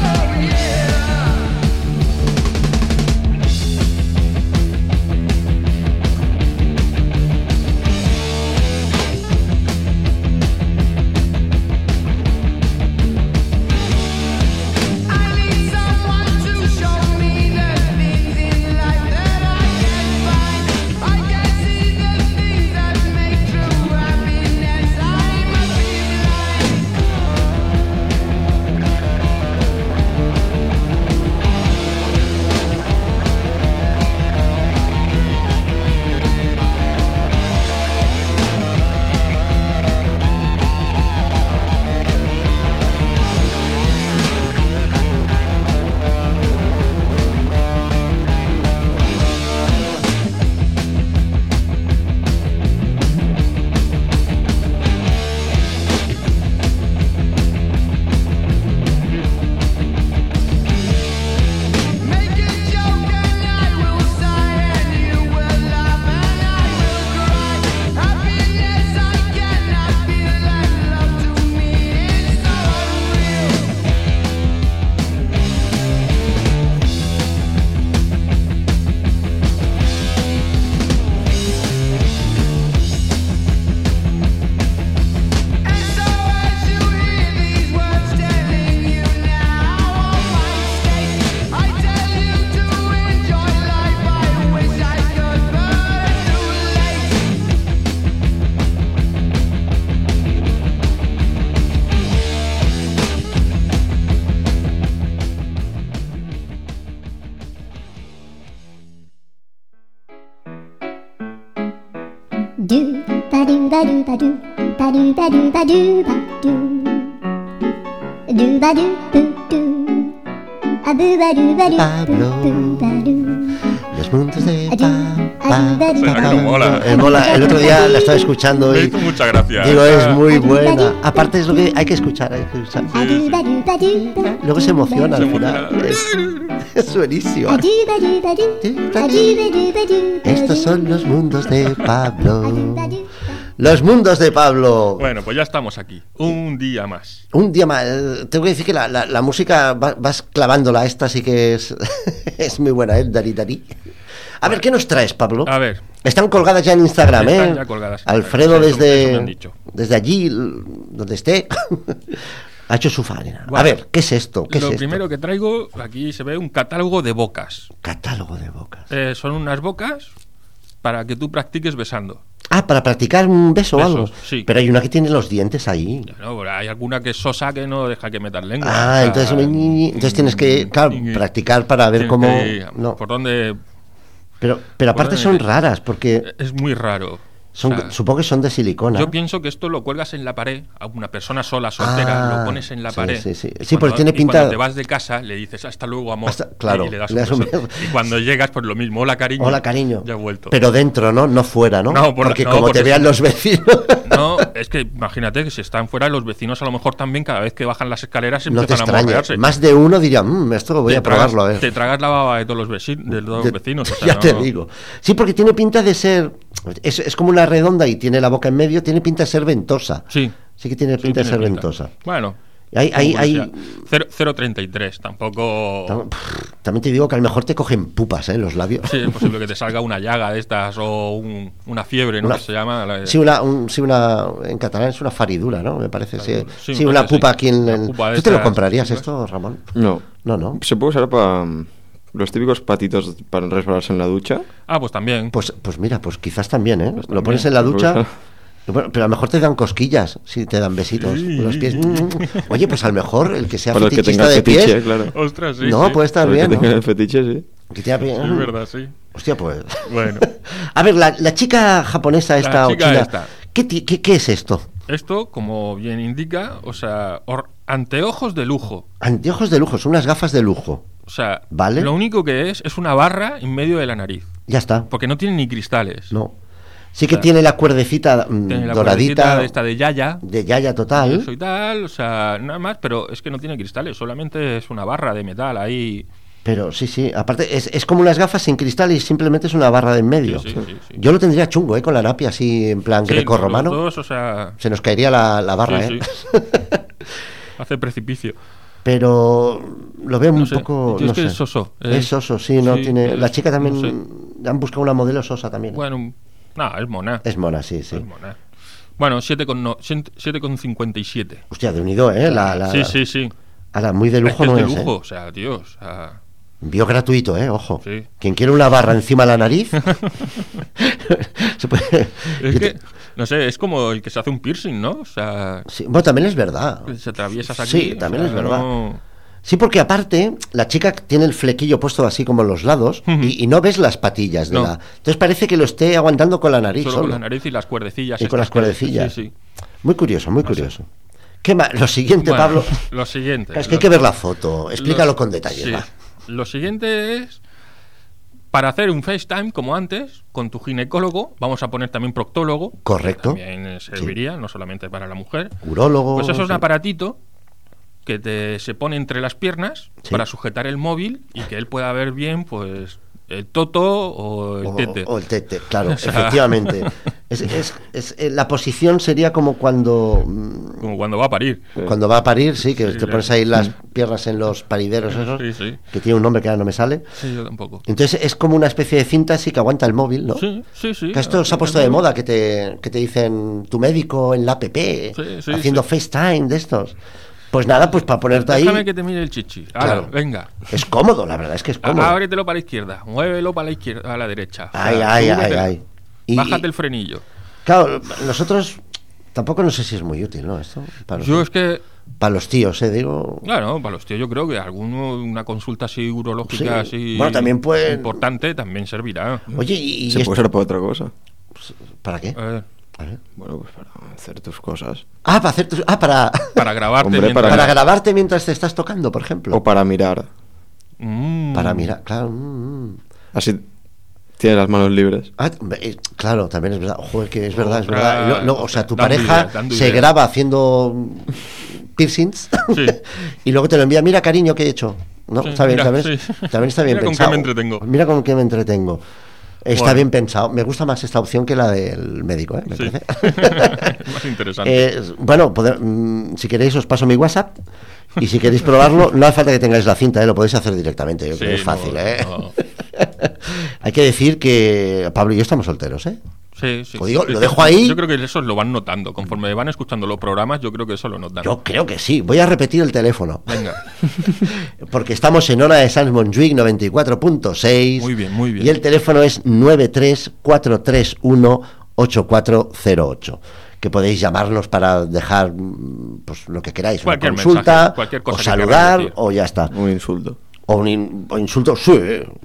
Oh yeah! I need someone to show me the things in life that I can't find. I can't see the things that make true happiness. I must be blind. Make a joke and I will sigh and you will laugh and I will cry. Happiness I cannot feel and love to me is so unreal. And so as you hear these words telling you now all my state, I tell you to enjoy life. I wish I could, but it's too late.
Do ba do ba do ba do ba do ba do ba do ba do do ba do boo do a boo ba do ba do
Pablo.
boo ba do
Los mundos de
Adiós, adiós,
Será que no mola.
Eh, mola. El otro día la estaba escuchando
Me
y
hizo mucha gracia.
digo, es muy
Adiós,
buena.
adiós.
Aparte es lo que hay que escuchar, hay que escuchar.
a do ba do ba do ba
Luego se emociona
Se
al
emociona.
final. Es, es buenísimo.
a do ba do ba do a do ba do ba do ba
Estos
do.
son los mundos de
A do ba
Pablo.
do ba
Los mundos de Pablo.
Bueno, pues ya estamos aquí. Un día más.
Un día más. eh, Tengo que decir que la, la- la música va- vas clavándola. Esta sí que es, es muy buena, ¿eh? Dari Dari. A ver, ¿qué nos traes, Pablo?
A ver.
Están colgadas ya en Instagram,
Están
¿eh?
ya colgadas.
Alfredo
Eso-
desde,
eso me han dicho.
desde allí, l- donde esté, ha hecho su faena. A
Bueno,
ver, ¿qué es esto? ¿Qué
Lo
es esto?
primero que traigo, aquí se ve un catálogo de bocas.
Catálogo de bocas.
Eh, son unas bocas para que tú practiques besando.
Ah, para practicar un beso o algo.
Besos, sí.
Pero hay una que tiene los dientes ahí.
No, porque hay alguna que es sosa que no deja que metas lengua.
Ah,
O sea,
entonces, ñi, ñi, ñi. entonces tienes que claro,
tienes que-
practicar para ver
tienes
cómo...
que-
No.
Por dónde
Pero, pero aparte
Bueno,
son
eh,
raras, porque
es muy raro.
Son-
O sea,
supongo que son de silicona.
Yo pienso que esto lo cuelgas en la pared a una persona sola, soltera,
Ah,
lo pones en la
sí,
pared.
sí, sí.
Y
Sí, porque tiene
y
pinta-
Cuando te vas de casa le dices hasta luego, amor.
Hasta- claro,
y, le das
le
un
das un
beso.
beso.
y cuando llegas, pues lo mismo, hola cariño.
Hola, cariño.
Ya he vuelto.
Pero dentro, ¿no? No fuera, ¿no?
No, por la-
porque
no,
como
porque
te vean
sí.
los vecinos.
No, es que imagínate que si están fuera los vecinos a lo mejor también cada vez que bajan las escaleras
no te
empiezan a
extraña.
morrearse.
Más de uno diría, mmm, esto voy
Te
a
tragas-
probarlo, a ver.
Te tragas la baba de todos los, veci- de todos los
Te-
vecinos. o sea,
ya
no-
te digo. Sí, porque tiene pinta de ser. Es, es como una redonda y tiene la boca en medio, tiene pinta de ser ventosa.
Sí.
Sí que tiene
sí
pinta de
tiene
ser
pinta.
ventosa.
Bueno.
Hay- hay-
como
hay-
sea. Cero- 0,33, tampoco...
Tam- pff, También te digo que a lo mejor te cogen pupas ¿eh? en los labios.
Sí, pues, es posible que te salga una llaga de estas o un- una fiebre, ¿no?
Una-
Que se llama. la-
Sí, una, un- sí, una, en catalán es una faridura, ¿no? Me parece. Sí,
Faridura. Sí,
sí,
me
una
parece,
pupa
sí.
aquí en.
Una
en-
pupa de
¿Tú te lo
estas
comprarías
chungas.
esto, Ramón?
No.
No, no.
¿Se puede usar para los típicos patitos para resbalarse en la ducha?
Ah, pues también.
Pues, pues mira, pues quizás también, ¿eh?
Pues
lo pones en
también,
la ducha.
pues por
Bueno, pero a lo mejor te dan cosquillas si te dan besitos
Sí.
con los pies. Mm. Oye, pues a lo mejor el que sea
para los que
fetichista
tengan
de
fetiche,
pies.
claro.
Ostras, sí.
no, pues, mm.
sí.
puede estar
Para los
bien.
que
¿no?
tengan el fetiche, sí.
Que te da bien.
Sí, es verdad, sí.
Hostia, pues.
Bueno.
A ver, la, la chica japonesa esta o
chica
china,
esta.
¿qué, ti- qué- qué es esto?
Esto, como bien indica, o sea, or- anteojos de lujo.
Anteojos de lujo, son unas gafas de lujo.
O sea,
Vale.
lo único que es es una barra en medio de la nariz.
Ya está.
Porque no tiene ni cristales.
No. Sí que
O sea,
tiene la cuerdecita mm,
Tiene la cuerdecita
doradita
de esta de Yaya.
de Yaya total.
Eso y tal, o sea, nada más, pero es que no tiene cristales, solamente es una barra de metal ahí.
Pero sí, sí, aparte es, es como unas gafas sin cristal y simplemente es una barra de en medio.
Sí, sí, sí, sí.
Yo lo tendría chungo, ¿eh? Con la napia así en plan
Sí,
greco-romano.
los dos, o sea,
Se nos caería la, la barra,
Sí,
¿eh?
hace precipicio.
Pero lo veo
No
un
sé,
poco.
yo es
no
que
sé.
es soso, eh.
Es soso, sí, no
Sí,
tiene.
es-
la chica también.
no
Han buscado una modelo sosa también.
Bueno, nada, es mona.
Es mona, sí, sí.
Es mona. Bueno, 7,57.
Hostia, de unido, ¿eh? La, la-
Sí, sí, sí.
Ahora, muy de
Es
lujo
que es
no
de
es.
lujo,
¿eh?
o sea, tío. o sea,
Envío gratuito, ¿eh? Ojo.
Sí.
Quien quiere una barra encima de la nariz. se puede-
es
Yo
que,
te-
no sé, es como el que se hace un piercing, ¿no? O sea,
sí, Bueno, también es verdad.
que se atraviesas aquí.
Sí,
o
también
sea,
es verdad.
no-
Sí, porque aparte, la chica tiene el flequillo puesto así como en los lados
Ujú.
y, y no ves las patillas de
No.
la. Entonces parece que lo esté aguantando con la nariz.
Solo
solo.
con la nariz y las cuerdecillas.
Y con
estas
las
que-
cuerdecillas.
Sí, sí.
Muy curioso, muy curioso. ¿Qué más? Lo siguiente,
Bueno,
Pablo.
Lo siguiente.
Es que hay
lo-
que ver la foto. Explícalo
lo-
con detalle.
sí.
va.
Lo siguiente es. Para hacer un FaceTime, como antes, con tu ginecólogo, vamos a poner también proctólogo. que
Correcto.
También eh, serviría, no solamente para la mujer.
Urólogo.
Pues eso es un
sí.
aparatito que te, se pone entre las piernas
Sí.
para sujetar el móvil y que él pueda ver bien, pues, el toto o el
O-
tete.
O, el tete, claro,
O sea-
efectivamente. Es, es- es- eh, la posición sería como cuando, mm,
Como cuando va a parir.
cuando va a parir, sí, que
Sí,
te
la-
pones ahí las piernas en los parideros esos,
Sí, sí.
que tiene un nombre que ahora no me sale.
Sí, yo tampoco.
Entonces es como una especie de cinta así que aguanta el móvil, ¿no?
Sí, sí, sí.
Que esto se ha puesto de moda, que te, que te dicen tu médico en la app,
sí,
haciendo FaceTime de estos. Pues nada, pues para ponerte ahí.
Déjame que te mire el chichi. Ahora,
Claro.
venga.
Es cómodo, la verdad, es que es cómodo.
A- Ábretelo para la izquierda, muévelo para la izquierda, a la derecha. O sea,
Ay, ay, ay,
súbetelo.
ay. Y-
Bájate
y-
el frenillo.
Claro, nosotros tampoco no sé si es muy útil, ¿no? Esto para los,
Yo es que,
para los tíos, ¿eh? Digo.
claro, para los tíos yo creo que alguno, una consulta así urológica
Sí.
así
Bueno, también pueden-
importante también servirá.
Oye, ¿y, y
Se
esto-
puede usar para otra cosa.
para qué?
A ver,
A ver.
Bueno, pues para hacer tus cosas.
Ah, para hacer tus- Ah, para.
para grabarte.
Hombre, para-
para grabarte mientras te estás tocando, por ejemplo.
O para mirar.
Mm.
Para mirar, claro. mm, mm.
Así tienes las manos libres.
Ah, eh, claro, también es verdad. Joder, que es verdad, es
Otra-
verdad. Lo- lo- o sea, tu
dando
pareja
ideas, dando
se
ideas.
graba haciendo mm, piercings
Sí.
y luego te lo envía. Mira, cariño, que he hecho. No,
Sí,
está bien,
mira,
¿sabes?
sí.
También está bien
Mira con qué
pensado.
me entretengo.
Mira con qué me entretengo. Está
Bueno.
bien pensado. Me gusta más esta opción que la del médico, ¿eh? Me
Sí.
parece.
Más interesante.
Eh, bueno, poder- mm, si queréis os paso mi WhatsApp y si queréis probarlo, no hace falta que tengáis la cinta, ¿eh? lo podéis hacer directamente. Yo
Sí,
creo que es fácil,
no,
¿eh?
no.
Hay que decir que Pablo y yo estamos solteros, ¿eh?
Sí, sí.
Lo digo, lo
Yo-
dejo ahí.
Yo creo que eso lo van notando. Conforme van escuchando los programas, yo creo que eso lo notan.
Yo creo que sí. Voy a repetir el teléfono.
Venga.
Porque estamos en hora de Sans Montjuic 94.6.
Muy bien, muy bien.
Y el teléfono es 934318408. Que podéis llamarnos para dejar mm, pues, lo que queráis,
Cualquier
una consulta,
mensaje, cualquier cosa
o
que queráis
saludar,
decir.
o ya está.
Un insulto.
O ¿eh? un in- o insulto, sí.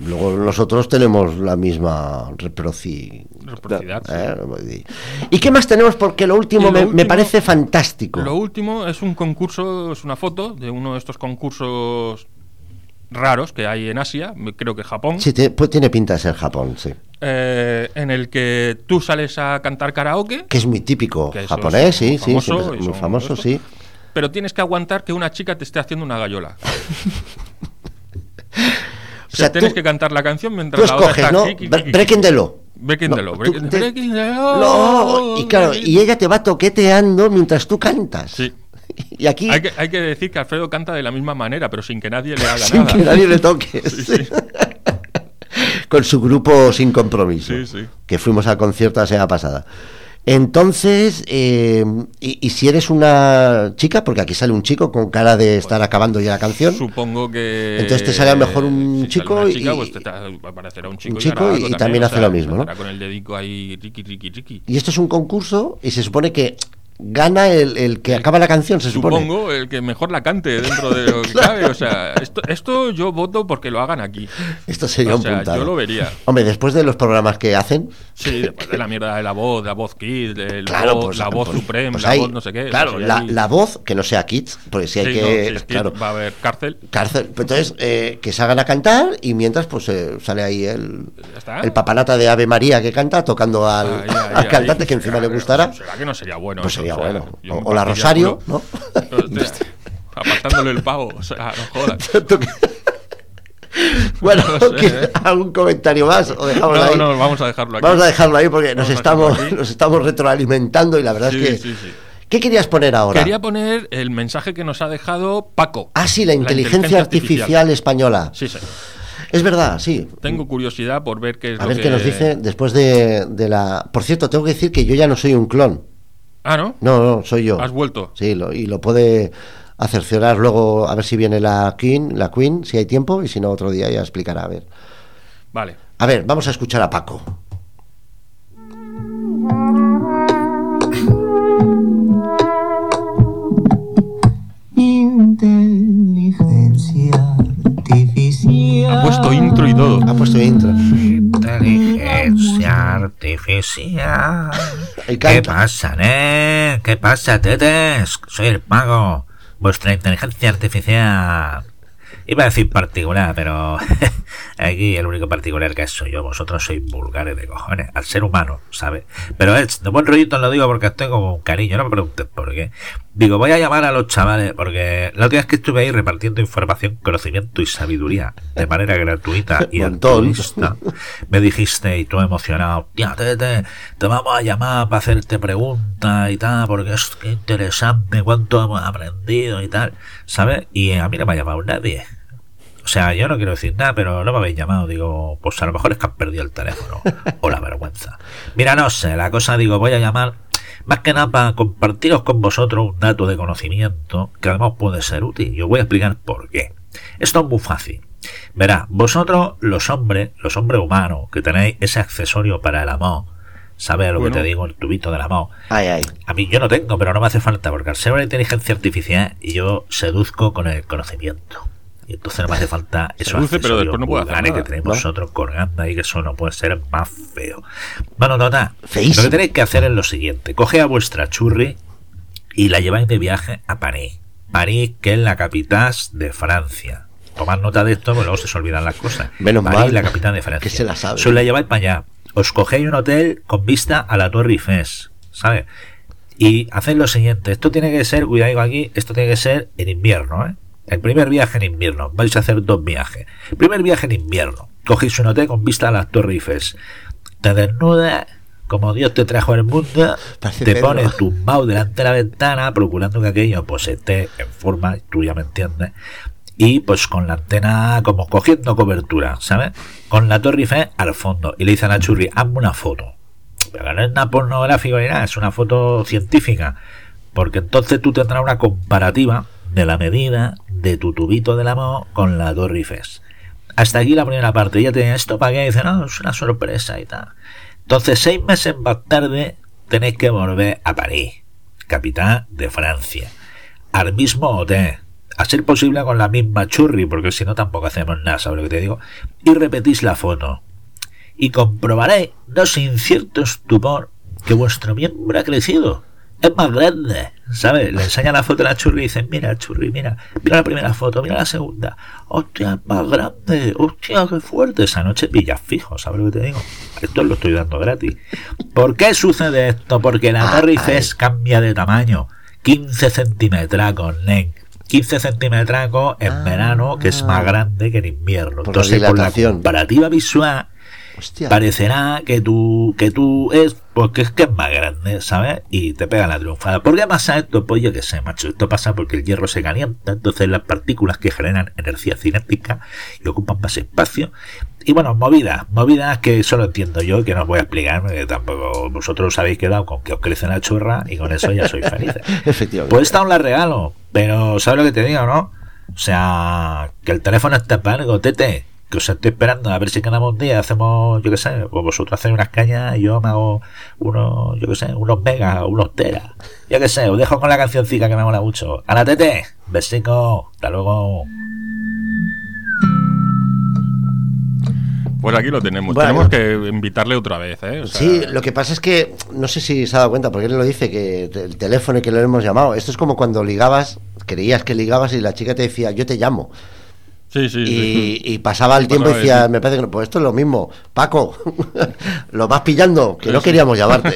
Luego nosotros tenemos la misma reproci.
Reciprocidad. sí.
¿eh? ¿Y qué más tenemos? Porque lo último,
Y lo
me, me
último-
parece fantástico.
Lo último es un concurso, es una foto de uno de estos concursos raros que hay en Asia, creo que Japón,
Sí, te- pues tiene pinta de ser Japón, sí.
eh, en el que tú sales a cantar karaoke,
Que es muy típico
Que eso
japonés,
es
sí, sí,
famoso,
siempre es muy
y son
famoso,
esto.
sí.
pero tienes que aguantar que una chica te esté haciendo una gallola. O sea,
sea,
tienes
tú-
que cantar la canción mientras
Tú
la otra
escoges,
está...
¿no?
aquí, aquí, aquí.
Bre- Breaking the law.
Breaking
No,
the law.
tú
Breaking,
te-
breaking the law. Oh,
No, y claro, y ella te va toqueteando mientras tú cantas.
Sí.
Y aquí,
Hay que, hay que decir que Alfredo canta de la misma manera, pero sin que nadie le haga
sin
nada.
que nadie le toque.
Sí, sí.
Con su grupo sin compromiso.
Sí, sí.
Que fuimos al concierto la semana pasada. Entonces, eh, y, y si eres una chica, porque aquí sale un chico con cara de estar acabando ya la canción.
Supongo que.
Entonces te sale a lo mejor un
si
chico
sale
y-
una chica, pues te te aparecerá un chico,
un chico
hará algo
y también hace lo mismo, ¿no?
empezará Con el dedico ahí, riqui, riqui, riqui.
Y esto es un concurso y se supone que gana el, el que acaba la canción, se supone.
Supongo el que mejor la cante dentro de lo que cabe. O sea, esto, esto yo voto porque lo hagan aquí.
Esto sería
o
un
sea,
puntado.
Yo lo vería.
Hombre, después de los programas que hacen,
Sí, después de la mierda de la voz, la voz Kid, el
claro,
voz-
pues,
la voz
pues-
Supreme,
pues
la
hay-
voz no sé qué.
Claro,
o sea,
la,
ahí-
la voz que no sea Kids, porque si hay
Sí, no,
que.
si es
claro,
va a haber cárcel.
cárcel. Pues Entonces, eh, que salgan a cantar y mientras pues eh, sale ahí el,
Ya está.
el papanata de Ave María que canta tocando al,
Ahí, ahí,
al
ahí.
cantante que encima
Será
le
que-
gustara.
¿Será que no sería bueno?
Pues
eso?
sería
O sea,
bueno.
yo
O-
me
o la
partiría
Rosario,
el culo. Hostia, apartándole el pavo. O sea, no jodas.
bueno,
No sé,
¿quieres
¿eh?
¿algún comentario más? ¿O dejamos
No,
ahí?
no, vamos a dejarlo aquí.
Vamos a dejarlo ahí porque nos
Vamos a dejarlo
estamos,
aquí.
nos estamos retroalimentando y la verdad es
Sí,
que.
sí, sí.
¿Qué querías poner ahora?
Quería poner el mensaje que nos ha dejado Paco.
Ah, sí, la inteligencia, artificial, española.
Sí, sí.
Es verdad, sí.
Tengo curiosidad por ver qué es
A
lo
ver
que...
qué nos dice después de, de la. Por cierto, tengo que decir que yo ya no soy un clon.
Ah, ¿no?
No, no, soy yo.
Has vuelto.
Sí, lo- y lo puede acerciorar luego a ver si viene la Queen, la Queen, si hay tiempo, y si no, otro día ya explicará. A ver.
Vale.
A ver, vamos a escuchar a Paco.
Inteligencia artificial.
Ha puesto intro y todo.
Ha puesto intro.
Inteligencia artificial.
Y
¿Qué
canta.
pasa, eh? ¿Qué pasa, tetes? Soy el pago. Vuestra inteligencia artificial. Iba a decir particular, pero aquí el único particular que es soy yo. Vosotros sois vulgares de cojones, al ser humano, ¿sabes? Pero es, de buen rollito lo digo porque estoy como un cariño, no me preguntes por qué. Digo, voy a llamar a los chavales porque la última vez que estuve ahí repartiendo información, conocimiento y sabiduría de manera gratuita y
Montón.
altruista, me dijiste y tú emocionado, tía, tete, te vamos a llamar para hacerte preguntas y tal, porque es que interesante cuánto hemos aprendido y tal, ¿sabes? Y a mí no me ha llamado nadie. O sea, yo no quiero decir nada, pero no me habéis llamado. Digo, pues a lo mejor es que han perdido el teléfono. O la vergüenza. Mira, no sé, la cosa, digo, voy a llamar más que nada para compartiros con vosotros un dato de conocimiento que además puede ser útil. Yo voy a explicar por qué. Esto es muy fácil. Verá, vosotros, los hombres, los hombres humanos, que tenéis ese accesorio para el amor, ¿sabes lo
Bueno.
que te digo? El tubito del amor.
Ay, ay.
A mí yo no tengo, pero no me hace falta, porque al ser una inteligencia artificial, yo seduzco con el conocimiento. Y entonces no me hace falta esos
Seduce, pero
accesorios
después no puede hacer
vulgares que
nada,
tenéis
¿no?
vosotros colgando ahí, que eso no puede ser más feo. Bueno, total,
Feísimo.
lo que tenéis que hacer es lo siguiente. Coge a vuestra churri y la lleváis de viaje a París. París, que es la capital de Francia. Tomad nota de esto, porque luego se os olvidan las cosas.
Menos
París,
mal
la capital de
que
Francia.
se la sabe.
Solo la lleváis para allá. Os cogéis un hotel con vista a la Torre Eiffel, ¿sabes? Y hacéis lo siguiente, esto tiene que ser, cuidado aquí, esto tiene que ser en invierno, ¿eh? El primer viaje en invierno, vais a hacer dos viajes. Primer viaje en invierno, cogéis un hotel con vista a las Torre Eiffel. Te desnudas, como Dios te trajo al mundo,
Parece
te
Pedro.
pones tumbado delante de la ventana, procurando que aquello pues esté en forma, tú ya me entiendes. Y pues con la antena como cogiendo cobertura, ¿sabes? Con la Torre Eiffel al fondo. Y le dicen a Churri, hazme una foto. Pero no es nada pornográfico ni nada, es una foto científica. Porque entonces tú tendrás una comparativa de la medida de tu tubito del amor con la Torre Eiffel. Hasta aquí la primera parte. Ya tenía esto para que dice, no, es una sorpresa y tal. Entonces, seis meses más tarde, tenéis que volver a París, capital de Francia, al mismo hotel, a ser posible con la misma churri, porque si no tampoco hacemos nada, ¿sabes lo que te digo? Y repetís la foto. y comprobaré, no sin cierto estupor, que vuestro miembro ha crecido. Es más grande, ¿sabes? Le enseñan la foto a la churri y dicen, mira, churri, mira, mira la primera foto, mira la segunda. Hostia, es más grande, Eh, hostia, qué fuerte. Esa noche pillas fijo, ¿sabes lo que te digo? Esto lo estoy dando gratis. ¿Por qué sucede esto? Porque la
Ah,
Torre
ay.
Eiffel cambia de tamaño. 15 centimetracos, nen. 15 centimetracos en verano, que es más grande que en invierno.
Ah. Por la
Entonces, por la
dilatación.
comparativa visual,
Hostia.
parecerá que tú, que tú es, porque es que es más grande, ¿sabes? Y te pega la triunfada. ¿Por qué pasa esto? Pues yo qué sé, macho. Esto pasa porque el hierro se calienta, entonces las partículas que generan energía cinética y ocupan más espacio. Y bueno, movidas, movidas que solo entiendo yo, que no os voy a explicar, porque tampoco vosotros os habéis quedado con que os crece la chorra y con eso ya sois felices.
Efectivamente.
Pues esta os la regalo, pero ¿sabes lo que te digo, no? O sea, que el teléfono está largo, tete. Que os estoy esperando a ver si ganamos un día, hacemos, yo qué sé, o vosotros hacéis unas cañas y yo me hago unos, yo qué sé, unos megas o unos teras. Yo qué sé, os dejo con la cancioncita que me mola mucho. ¡A la tete! ¡Besico! ¡Hasta luego!
Pues aquí lo tenemos.
Bueno.
Tenemos que invitarle otra vez, ¿eh? O sea,
Sí, lo que pasa es que no sé si se ha dado cuenta, porque él lo dice, que te- el teléfono y que lo hemos llamado. Esto es como cuando ligabas, creías que ligabas y la chica te decía, yo te llamo.
sí, sí, sí.
Y, y pasaba el tiempo y
Pasaba
decía,
eso.
me parece que no, pues esto es lo mismo, Paco, lo vas pillando, que
Sí,
no
sí.
queríamos llamarte.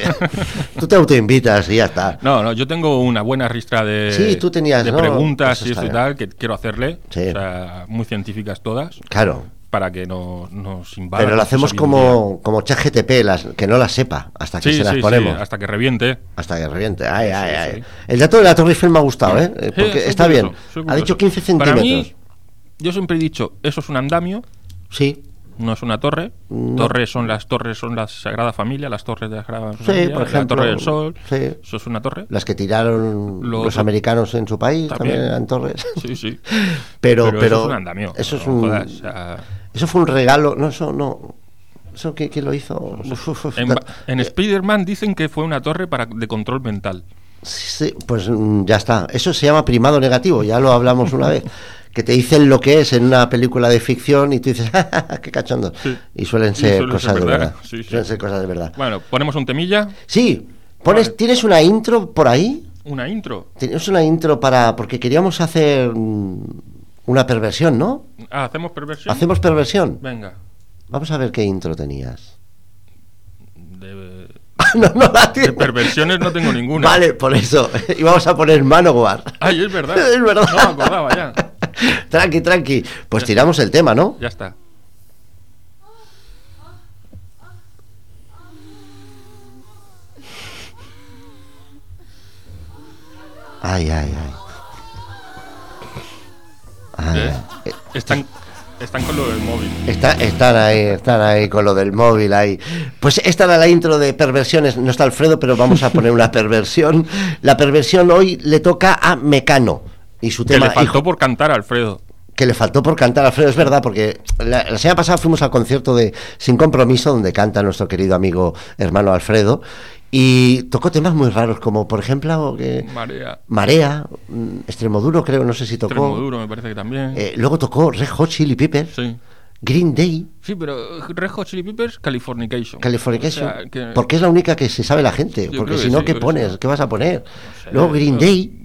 Tú te autoinvitas y ya está.
No, no, yo tengo una buena ristra de,
Sí, tú tenías,
de
¿no?
preguntas
Eso
y
está
esto y
bien.
tal que quiero hacerle.
Sí.
O sea, muy científicas todas,
Claro,
para que no nos invadan.
pero lo
su
hacemos
sabiduría.
como, como ChatGTP, las, que no las sepa, hasta que
Sí,
se las
sí,
ponemos.
sí, hasta que reviente.
Hasta que reviente. Ay, ay, ay.
sí.
El dato de la Torre Eiffel me ha gustado, ¿eh? Eh,
Sí,
Porque
soy
está
curioso,
bien.
soy
Ha
curioso.
dicho 15
Para
centímetros.
mí, yo siempre he dicho, eso es un andamio,
Sí.
no es una torre. Torres son las torres, son la Sagrada Familia, las torres de la Sagrada
Sí,
Familia,
por
la
ejemplo,
Torre del Sol.
sí.
Eso es una torre.
Las que tiraron
Lo
los
otro-
americanos en su país, también,
También.
eran torres.
Sí, sí.
Pero, pero,
eso es un andamio.
Eso, es
no
un-
jodas, o sea,
eso fue un regalo. No, eso no. ¿Eso qué, quién lo hizo? eh, Uf, uf, uf.
en ba- en Spider-Man dicen que fue una torre para, de control mental.
Sí, pues mm, ya está. Eso se llama primado negativo, ya lo hablamos una vez. Que te dicen lo que es en una película de ficción y tú dices, "Ja, ja, ja, qué cachondo.
Sí.
Y suelen
Y
ser
suelen
cosas
ser
de
verdad.
verdad.
Sí, sí.
Suelen ser cosas de verdad.
Bueno, ponemos un temilla,
Sí, pones,
Vale.
¿tienes una intro por ahí?
una intro.
Tenías una intro para. Porque queríamos hacer mm, una perversión, ¿no?
Ah, ¿hacemos perversión?
Hacemos perversión.
Venga.
Vamos a ver qué intro tenías.
De-
Ah, no, no la tienes.
perversiones no tengo ninguna.
Vale, por eso. Y vamos a poner Manowar.
Ay, es verdad.
es verdad.
No me acordaba ya.
tranqui, tranqui. Pues tiramos el tema, ¿no?
Ya está.
Ay, ay, ay. Ay,
¿Eh?
ay.
Están, están con lo del móvil.
Está- están ahí, están ahí con lo del móvil ahí. Pues esta era la intro de perversiones. No está Alfredo, pero vamos a poner una perversión. La perversión hoy le toca a Mecano y su
Que
tema
le faltó
Hijo-
por cantar, Alfredo.
que le faltó por cantar a Alfredo, es verdad, porque la, la semana pasada fuimos al concierto de Sin Compromiso, donde canta nuestro querido amigo hermano Alfredo, y tocó temas muy raros, como por ejemplo que-
Marea.
Marea, mm, Extremoduro creo, no sé si tocó.
Tremoduro, me parece que también.
Eh, luego tocó Red Hot Chili Peppers,
Sí.
Green Day,
Sí, pero Red Hot Chili Peppers, Californication.
Californication,
O sea, que-
porque es la única que se sabe la gente,
Yo
porque
creo que
si no,
sí,
¿qué
yo creo que
pones?
sí.
¿Qué vas a poner?
sé,
luego Green
no.
Day,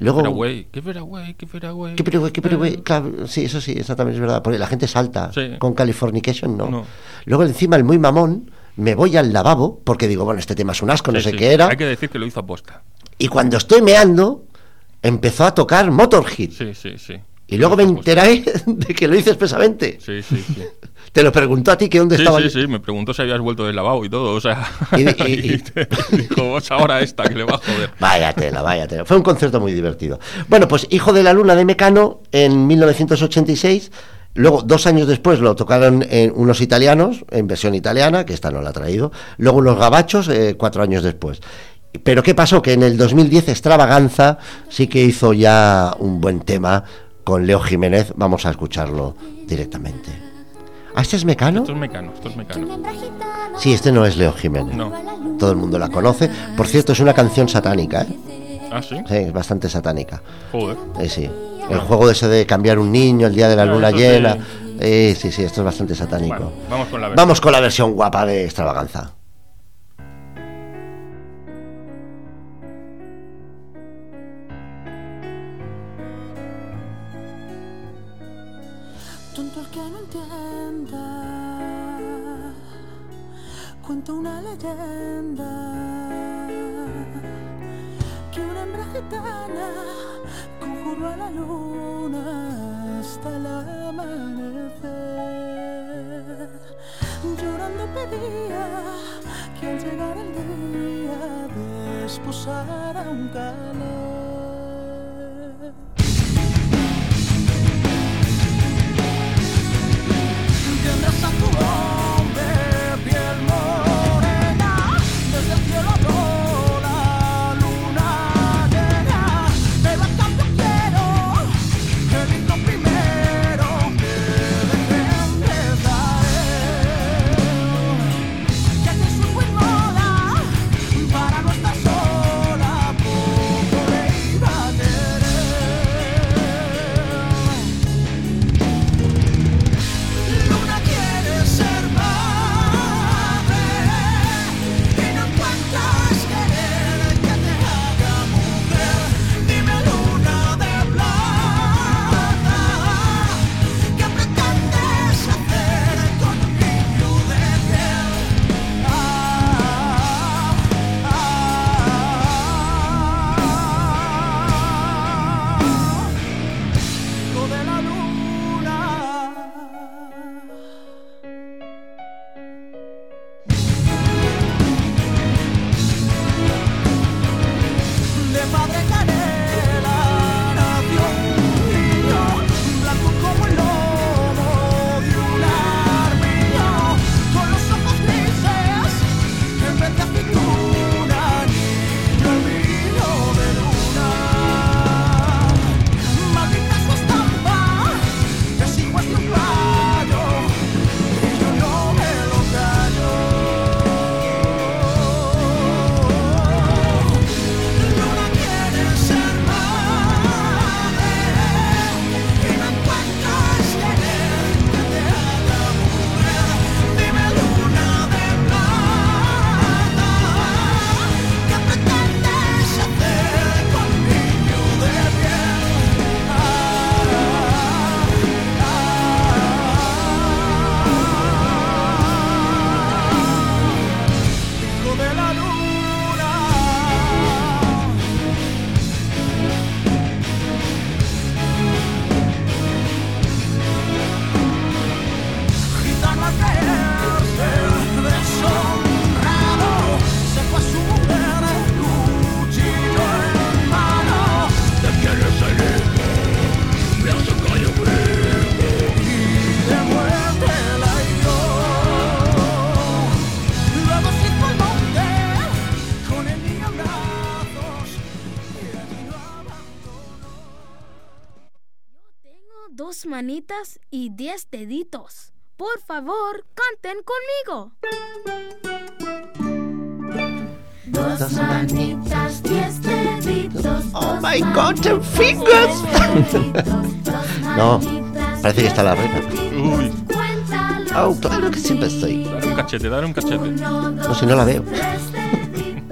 luego...
Pero güey, qué vera güey, qué vera güey.
¿Qué pero, güey, qué pero, güey?
Eh,
Claro, sí, eso sí, eso también es verdad. Porque la gente salta.
Sí.
Con Californication, no.
No.
Luego, encima, el muy mamón, me voy al lavabo porque digo, bueno, este tema es un asco, no
sí,
sé
sí.
qué era.
Hay que decir que lo hizo aposta.
Y cuando estoy meando, empezó a tocar Motorhead.
Sí, sí, sí.
Y luego me
Lo hizo aposta.
enteré de que lo hice expresamente.
Sí, sí, sí.
Te lo preguntó a ti que dónde
Sí,
estaba.
sí,
yo.
sí, me preguntó si habías vuelto del lavabo y todo, o sea...
Y- y- y-
te- dijo, vos ahora esta, que le va a joder.
Vaya tela, vaya tela. Fue un concierto muy divertido. Bueno, pues Hijo de la Luna de Mecano en 1986. Luego, dos años después, lo tocaron eh, unos italianos, en versión italiana, que esta no la ha traído. Luego unos gabachos, eh, cuatro años después. Pero ¿qué pasó? Que en el 2010 Extravaganza sí que hizo ya un buen tema con Leo Jiménez. Vamos a escucharlo directamente. ¿Ah, este es Mecano?
Esto es mecano, esto es mecano.
Sí, este no es Leo Jiménez.
No.
Todo el mundo la conoce. Por cierto, es una canción satánica, ¿eh?
Ah, sí,
Sí, es bastante satánica.
joder.
Eh, sí. El juego ese de cambiar un niño el día de la
Ah,
luna
eso
llena.
sí.
Eh, sí, sí, esto es bastante satánico.
Bueno, vamos con la versión.
Vamos con la versión guapa de extravaganza.
Tonto el que no entienda, cuenta una leyenda que una hembra gitana conjuró a la luna hasta el amanecer. Llorando pedía que al llegar el día desposara un calor. Tendrás a tu hombre piel morena Desde el cielo no la luna llena Pero a cambio quiero que grito primero Que defiendes a él que te subo en moda para no estar sola, poco le iba a querer. Luna quiere ser madre y no encuentras querer que te haga mujer. Dime luna de plata, ¿qué pretendes hacer con mi de piel? Ah, ah, ah, hijo de la luna. de padre canela nació un niño blanco como el lomo de un armiño con los ojos grises en vez de pintura ni el vino de luna maldita su estampa que es igual que un rayo y yo no me lo callo Luna quiere ser madre y no encuentras querer que te haga mujer. Dime luna de plata, ¿qué pretendes hacer con mi de piel? Ah, ah, ah, hijo de la luna. Gitano al caerse deshonrado Se fue a su mujer cuchillo en mano Te quieres salir, me has tocado Y de muerte la hirió Luego se fue al monte con el niño en brazos Y allí lo abandonó
Tengo dos manitas y diez deditos. Por favor, canten conmigo.
Dos
manitas, diez deditos.
Oh my God, ten fingers. No, parece que está la reina.
Uy.
Oh, claro que siempre estoy.
Dale un cachete, dale un cachete.
No, si no la veo.
Este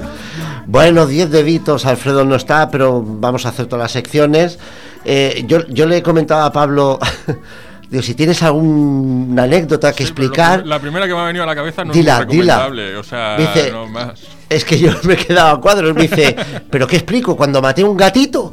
Bueno, 10 deditos, Alfredo no está, pero vamos a hacer todas las secciones. Eh, yo, yo le comentaba a Pablo, digo, si tienes alguna anécdota que
Sí, pero lo
explicar,
prim- la primera que me ha venido a la cabeza no
Dila,
es muy
dila.
recomendable. O sea,
Dice-
no más.
es que yo me he quedado a cuadros. Me dice, ¿pero qué explico? Cuando maté un gatito.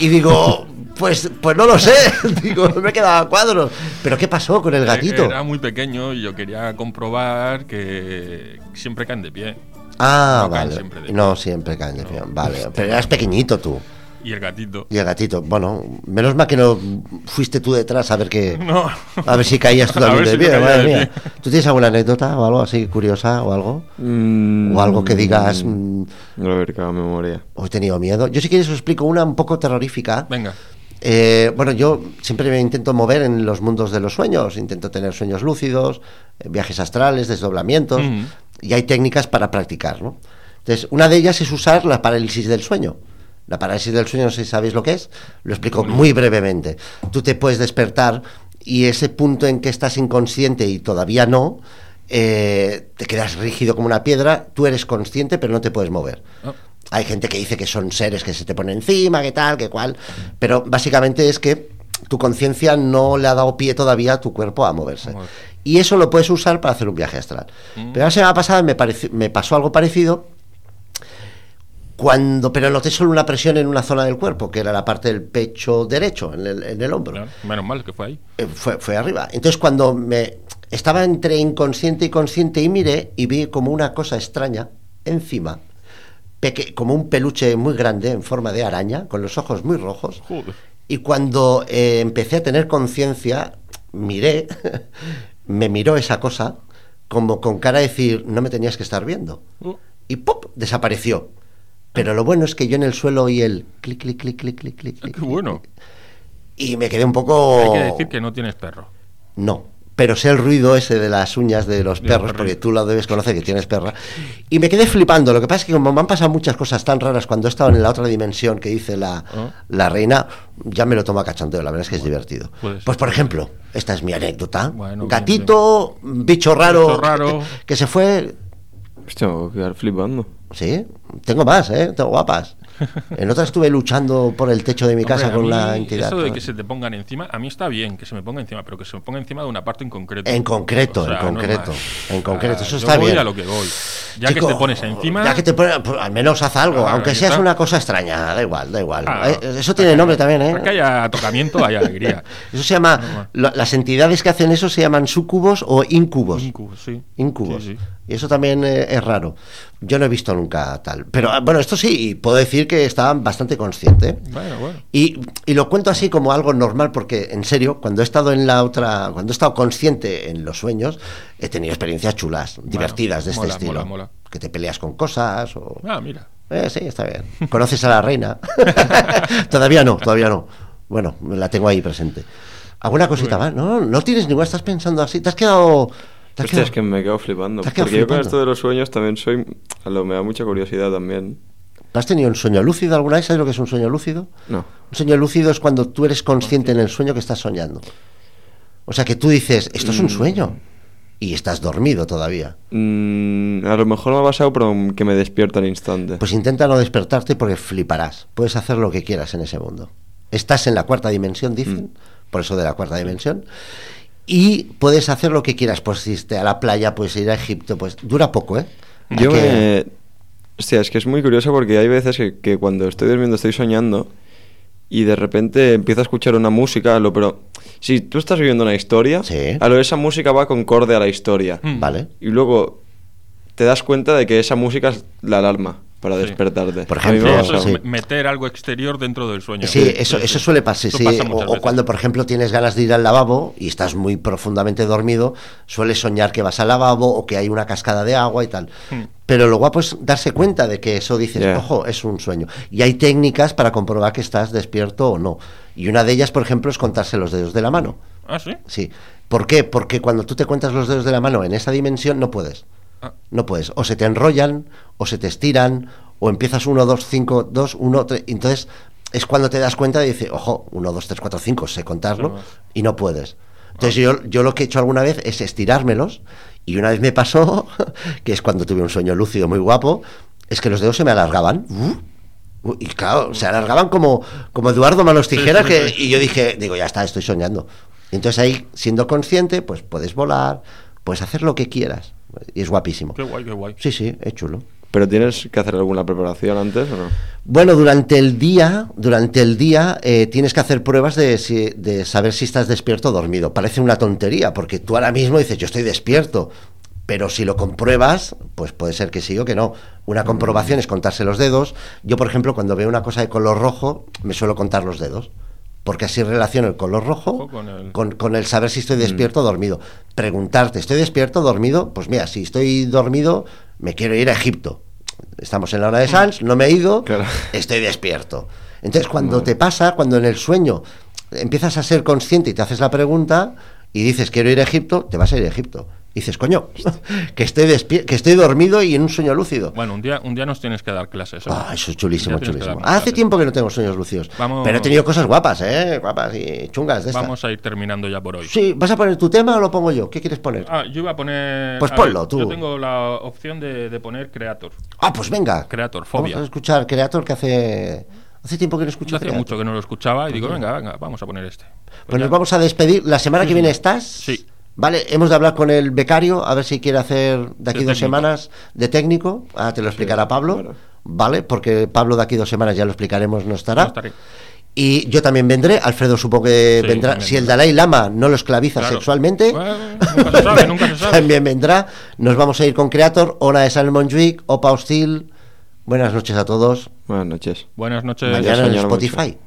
Y digo, pues, pues no lo sé. Digo, me he quedado a cuadros. ¿Pero qué pasó con el gatito?
Eh, Era muy pequeño y yo quería comprobar que siempre caen de pie.
Ah,
no caen
vale.
siempre de
No,
pie.
siempre caen de pie. Vale, pero eras pequeñito tú.
Y el gatito.
Y el gatito, bueno, menos mal que no fuiste tú detrás a ver qué.
No.
A ver si caías tú
A
también de
ver si
pie,
yo caía
madre
de
mía.
pie.
¿Tú tienes alguna anécdota o algo así curiosa o algo?
Mm,
O algo que digas,
mm,
mm,
No lo he memoria.
os he tenido miedo. Yo si quieres os explico una un poco terrorífica.
Venga.
Eh, bueno, yo siempre me intento mover en los mundos de los sueños, intento tener sueños lúcidos, eh, viajes astrales, desdoblamientos,
Ujú.
y hay técnicas para practicar, ¿no? Entonces, una de ellas es usar la parálisis del sueño. La parálisis del sueño, no sé si sabéis lo que es, lo explico muy brevemente. Tú te puedes despertar y ese punto en que estás inconsciente y todavía no, eh, te quedas rígido como una piedra, tú eres consciente pero no te puedes mover.
Ah.
Hay gente que dice que son seres que se te ponen encima, que tal, que cual, pero básicamente es que tu conciencia no le ha dado pie todavía a tu cuerpo a moverse.
Joder.
Y eso lo puedes usar para hacer un viaje astral. Pero la semana pasada me, pareci- me pasó algo parecido, cuando, pero noté solo una presión en una zona del cuerpo, que era la parte del pecho derecho, en el, en el hombro.
Claro, Menos mal que fue ahí.
Eh, fue, fue arriba. Entonces cuando me estaba entre inconsciente y consciente y miré y vi como una cosa extraña encima, peque- como un peluche muy grande en forma de araña, con los ojos muy rojos.
Joder.
Y cuando eh, empecé a tener conciencia, miré, me miró esa cosa como con cara de decir, no me tenías que estar viendo.
Uh.
Y ¡pop! desapareció. Pero lo bueno es que yo en el suelo oí el clic, clic, clic, clic, clic, clic.
Ah,
clic,
Qué bueno.
Y me quedé un poco...
Hay que decir que no tienes perro.
No, pero sé el ruido ese de las uñas de los
De los
perros,
perros.
porque tú lo debes conocer, que tienes perra. Y me quedé flipando. Lo que pasa es que como me han pasado muchas cosas tan raras cuando he estado en la otra dimensión que dice la,
Ah.
la reina, ya me lo tomo a cachondeo. La verdad es que es divertido.
puede ser.
Pues, por ejemplo, esta es mi anécdota.
Bueno,
Gatito, bicho raro,
Bicho raro.
Que, que se fue...
Hostia, me voy a Pues quedar flipando.
Sí, tengo más, ¿eh? Tengo guapas. En otra estuve luchando por el techo de mi casa
Hombre, a
con
mí
la entidad.
Eso de que se te pongan encima, a mí está bien que se me ponga encima, pero que se me ponga encima de una parte en concreto.
En concreto,
O sea,
en
no es
concreto,
más.
en concreto,
Ah,
eso
yo
está
voy
bien.
a lo que voy. Ya
Chico,
que te pones encima.
Ya que te pones, pues, al menos haz algo,
Ah,
aunque
ya
seas
está.
una cosa extraña, da igual, da igual.
Ah,
Eh, eso tiene nombre también,
para que
¿eh?
haya tocamiento, hay alegría.
Eso se llama.
Normal.
lo- las entidades que hacen eso se llaman sucubos o incubos.
Incubos, sí.
Incubos.
Sí, sí.
Y eso también eh, es raro. Yo no he visto nunca tal. Pero ah, bueno, esto sí, y puedo decir que estaba bastante consciente. ¿eh?
Bueno, bueno.
Y, y lo cuento así como algo normal porque, en serio, cuando he estado en la otra, cuando he estado consciente en los sueños, he tenido experiencias chulas, divertidas de este
mola,
estilo.
mola, mola.
Que te peleas con cosas o...
Ah, mira.
Eh, sí, está bien. ¿Conoces a la reina? todavía no, todavía no. Bueno, la tengo ahí presente. ¿Alguna cosita más? No, no tienes ninguna, estás pensando así. Te has quedado... Te has
Hostia, es que
quedado-
me quedo flipando.
Te has quedado
Porque yo con
flipando.
esto de los sueños también soy. a Lo, me da mucha curiosidad también.
¿Has tenido un sueño lúcido alguna vez? ¿Sabes lo que es un sueño lúcido?
No.
Un sueño lúcido es cuando tú eres consciente en el sueño que estás soñando. O sea, que tú dices, esto es un sueño. Y estás dormido todavía.
Mm, a lo mejor me ha pasado, pero que me despierta al instante.
Pues intenta no despertarte porque fliparás. Puedes hacer lo que quieras en ese mundo. Estás en la cuarta dimensión, dicen, por eso de la cuarta dimensión. Y puedes hacer lo que quieras. Pues irte a la playa, puedes ir a Egipto. Pues dura poco, ¿eh? Hay
Yo
que-
me... Hostia, es que es muy curioso porque hay veces que, que cuando estoy durmiendo estoy soñando y de repente empiezo a escuchar una música, a lo pero si tú estás viviendo una historia,
Sí.
a lo esa música va concorde a la historia.
Mm.
Vale.
Y luego te das cuenta de que esa música es la alarma para
Sí.
despertarte.
Por
A mí me ha
ejemplo,
pasado.
Eso es
sí.
me- meter algo exterior dentro del sueño.
Sí, eso, eso suele pasar.
Eso
sí.
pasa
o,
muchas
o
veces.
cuando, por ejemplo, tienes ganas de ir al lavabo y estás muy profundamente dormido, sueles soñar que vas al lavabo o que hay una cascada de agua y tal.
Hmm.
Pero lo guapo es darse cuenta de que eso dices,
Ya.
ojo, es un sueño. Y hay técnicas para comprobar que estás despierto o no. Y una de ellas, por ejemplo, es contarse los dedos de la mano.
Ah, sí.
Sí. ¿Por qué? Porque cuando tú te cuentas los dedos de la mano en esa dimensión no puedes.
Ah.
No puedes. O se te enrollan, o se te estiran, o empiezas 1, 2, 5, 2, 1, 3. Entonces es cuando te das cuenta y dices, ojo, 1, 2, 3, 4, 5, sé contarlo,
Claro.
y no puedes. Entonces yo, yo lo que he hecho alguna vez es estirármelos, y una vez me pasó, que es cuando tuve un sueño lúcido muy guapo, es que los dedos se me alargaban. Uh, Y claro, se alargaban como, como Eduardo Manos Tijeras. Que, y yo dije, digo, ya está, estoy soñando. Y entonces ahí, siendo consciente, pues puedes volar, puedes hacer lo que quieras. Y es guapísimo.
Qué guay, qué guay.
Sí, sí, es chulo.
Pero tienes que hacer alguna preparación antes o no?
Bueno, durante el día, durante el día eh, tienes que hacer pruebas de, si- de saber si estás despierto o dormido. Parece una tontería, porque tú ahora mismo dices, yo estoy despierto. Pero si lo compruebas, pues puede ser que sí o que no. Una comprobación es contarse los dedos. Yo, por ejemplo, cuando veo una cosa de color rojo, me suelo contar los dedos. Porque así relaciono el color rojo
Ojo con el-
con, con el saber si estoy despierto o
Mm.
dormido. Preguntarte, ¿estoy despierto o dormido? Pues mira, si estoy dormido, me quiero ir a Egipto. Estamos en la
Mm.
hora de Sans, no me he ido,
Claro.
estoy despierto. Entonces, cuando te pasa, cuando en el sueño empiezas a ser consciente y te haces la pregunta y dices, quiero ir a Egipto, te vas a ir a Egipto. Y dices, coño, que estoy, despier- que estoy dormido y en un sueño lúcido.
Bueno, un día, un día nos tienes que dar clases. ¿eh?
Ah, eso es
Ya
chulísimo,
tienes que
chulísimo.
darnos
Hace
clases.
tiempo que no tengo sueños lúcidos.
Vamos-
Pero he tenido cosas guapas, ¿eh? Guapas y chungas de estas.
Vamos a ir terminando ya por hoy.
Sí, ¿vas a poner tu tema o lo pongo yo? ¿Qué quieres poner? Ah,
Ah, yo iba a poner.
Pues
a
ponlo, tú.
Yo tengo la opción de, de poner Creator.
pues venga.
Creator,
Vamos a
fobia.
escuchar Creator que hace. Hace tiempo que no escucho
Yo hacía
Creator.
mucho que no lo escuchaba y digo, venga, venga, vamos a poner este.
Pues,
ya.
nos vamos a despedir. La semana que viene estás.
Sí.
Vale, hemos de hablar con el becario, a ver si quiere hacer de aquí
De
dos
técnico.
semanas de técnico. Ah, te lo explicará Pablo.
claro.
Vale, porque Pablo de aquí dos semanas ya lo explicaremos, no estará.
No estaré.
Y yo también vendré, Alfredo supongo que
Sí,
vendrá.
también
Si el
vendrá.
Dalai Lama no lo esclaviza
Claro.
sexualmente,
Bueno, nunca se sabe, nunca se sabe.
también vendrá. Nos vamos a ir con Creator, Hora de Salmon Week, Opa Hostil. Buenas noches a todos.
Buenas noches.
Buenas noches.
Mañana en
soñar mucho.
Spotify.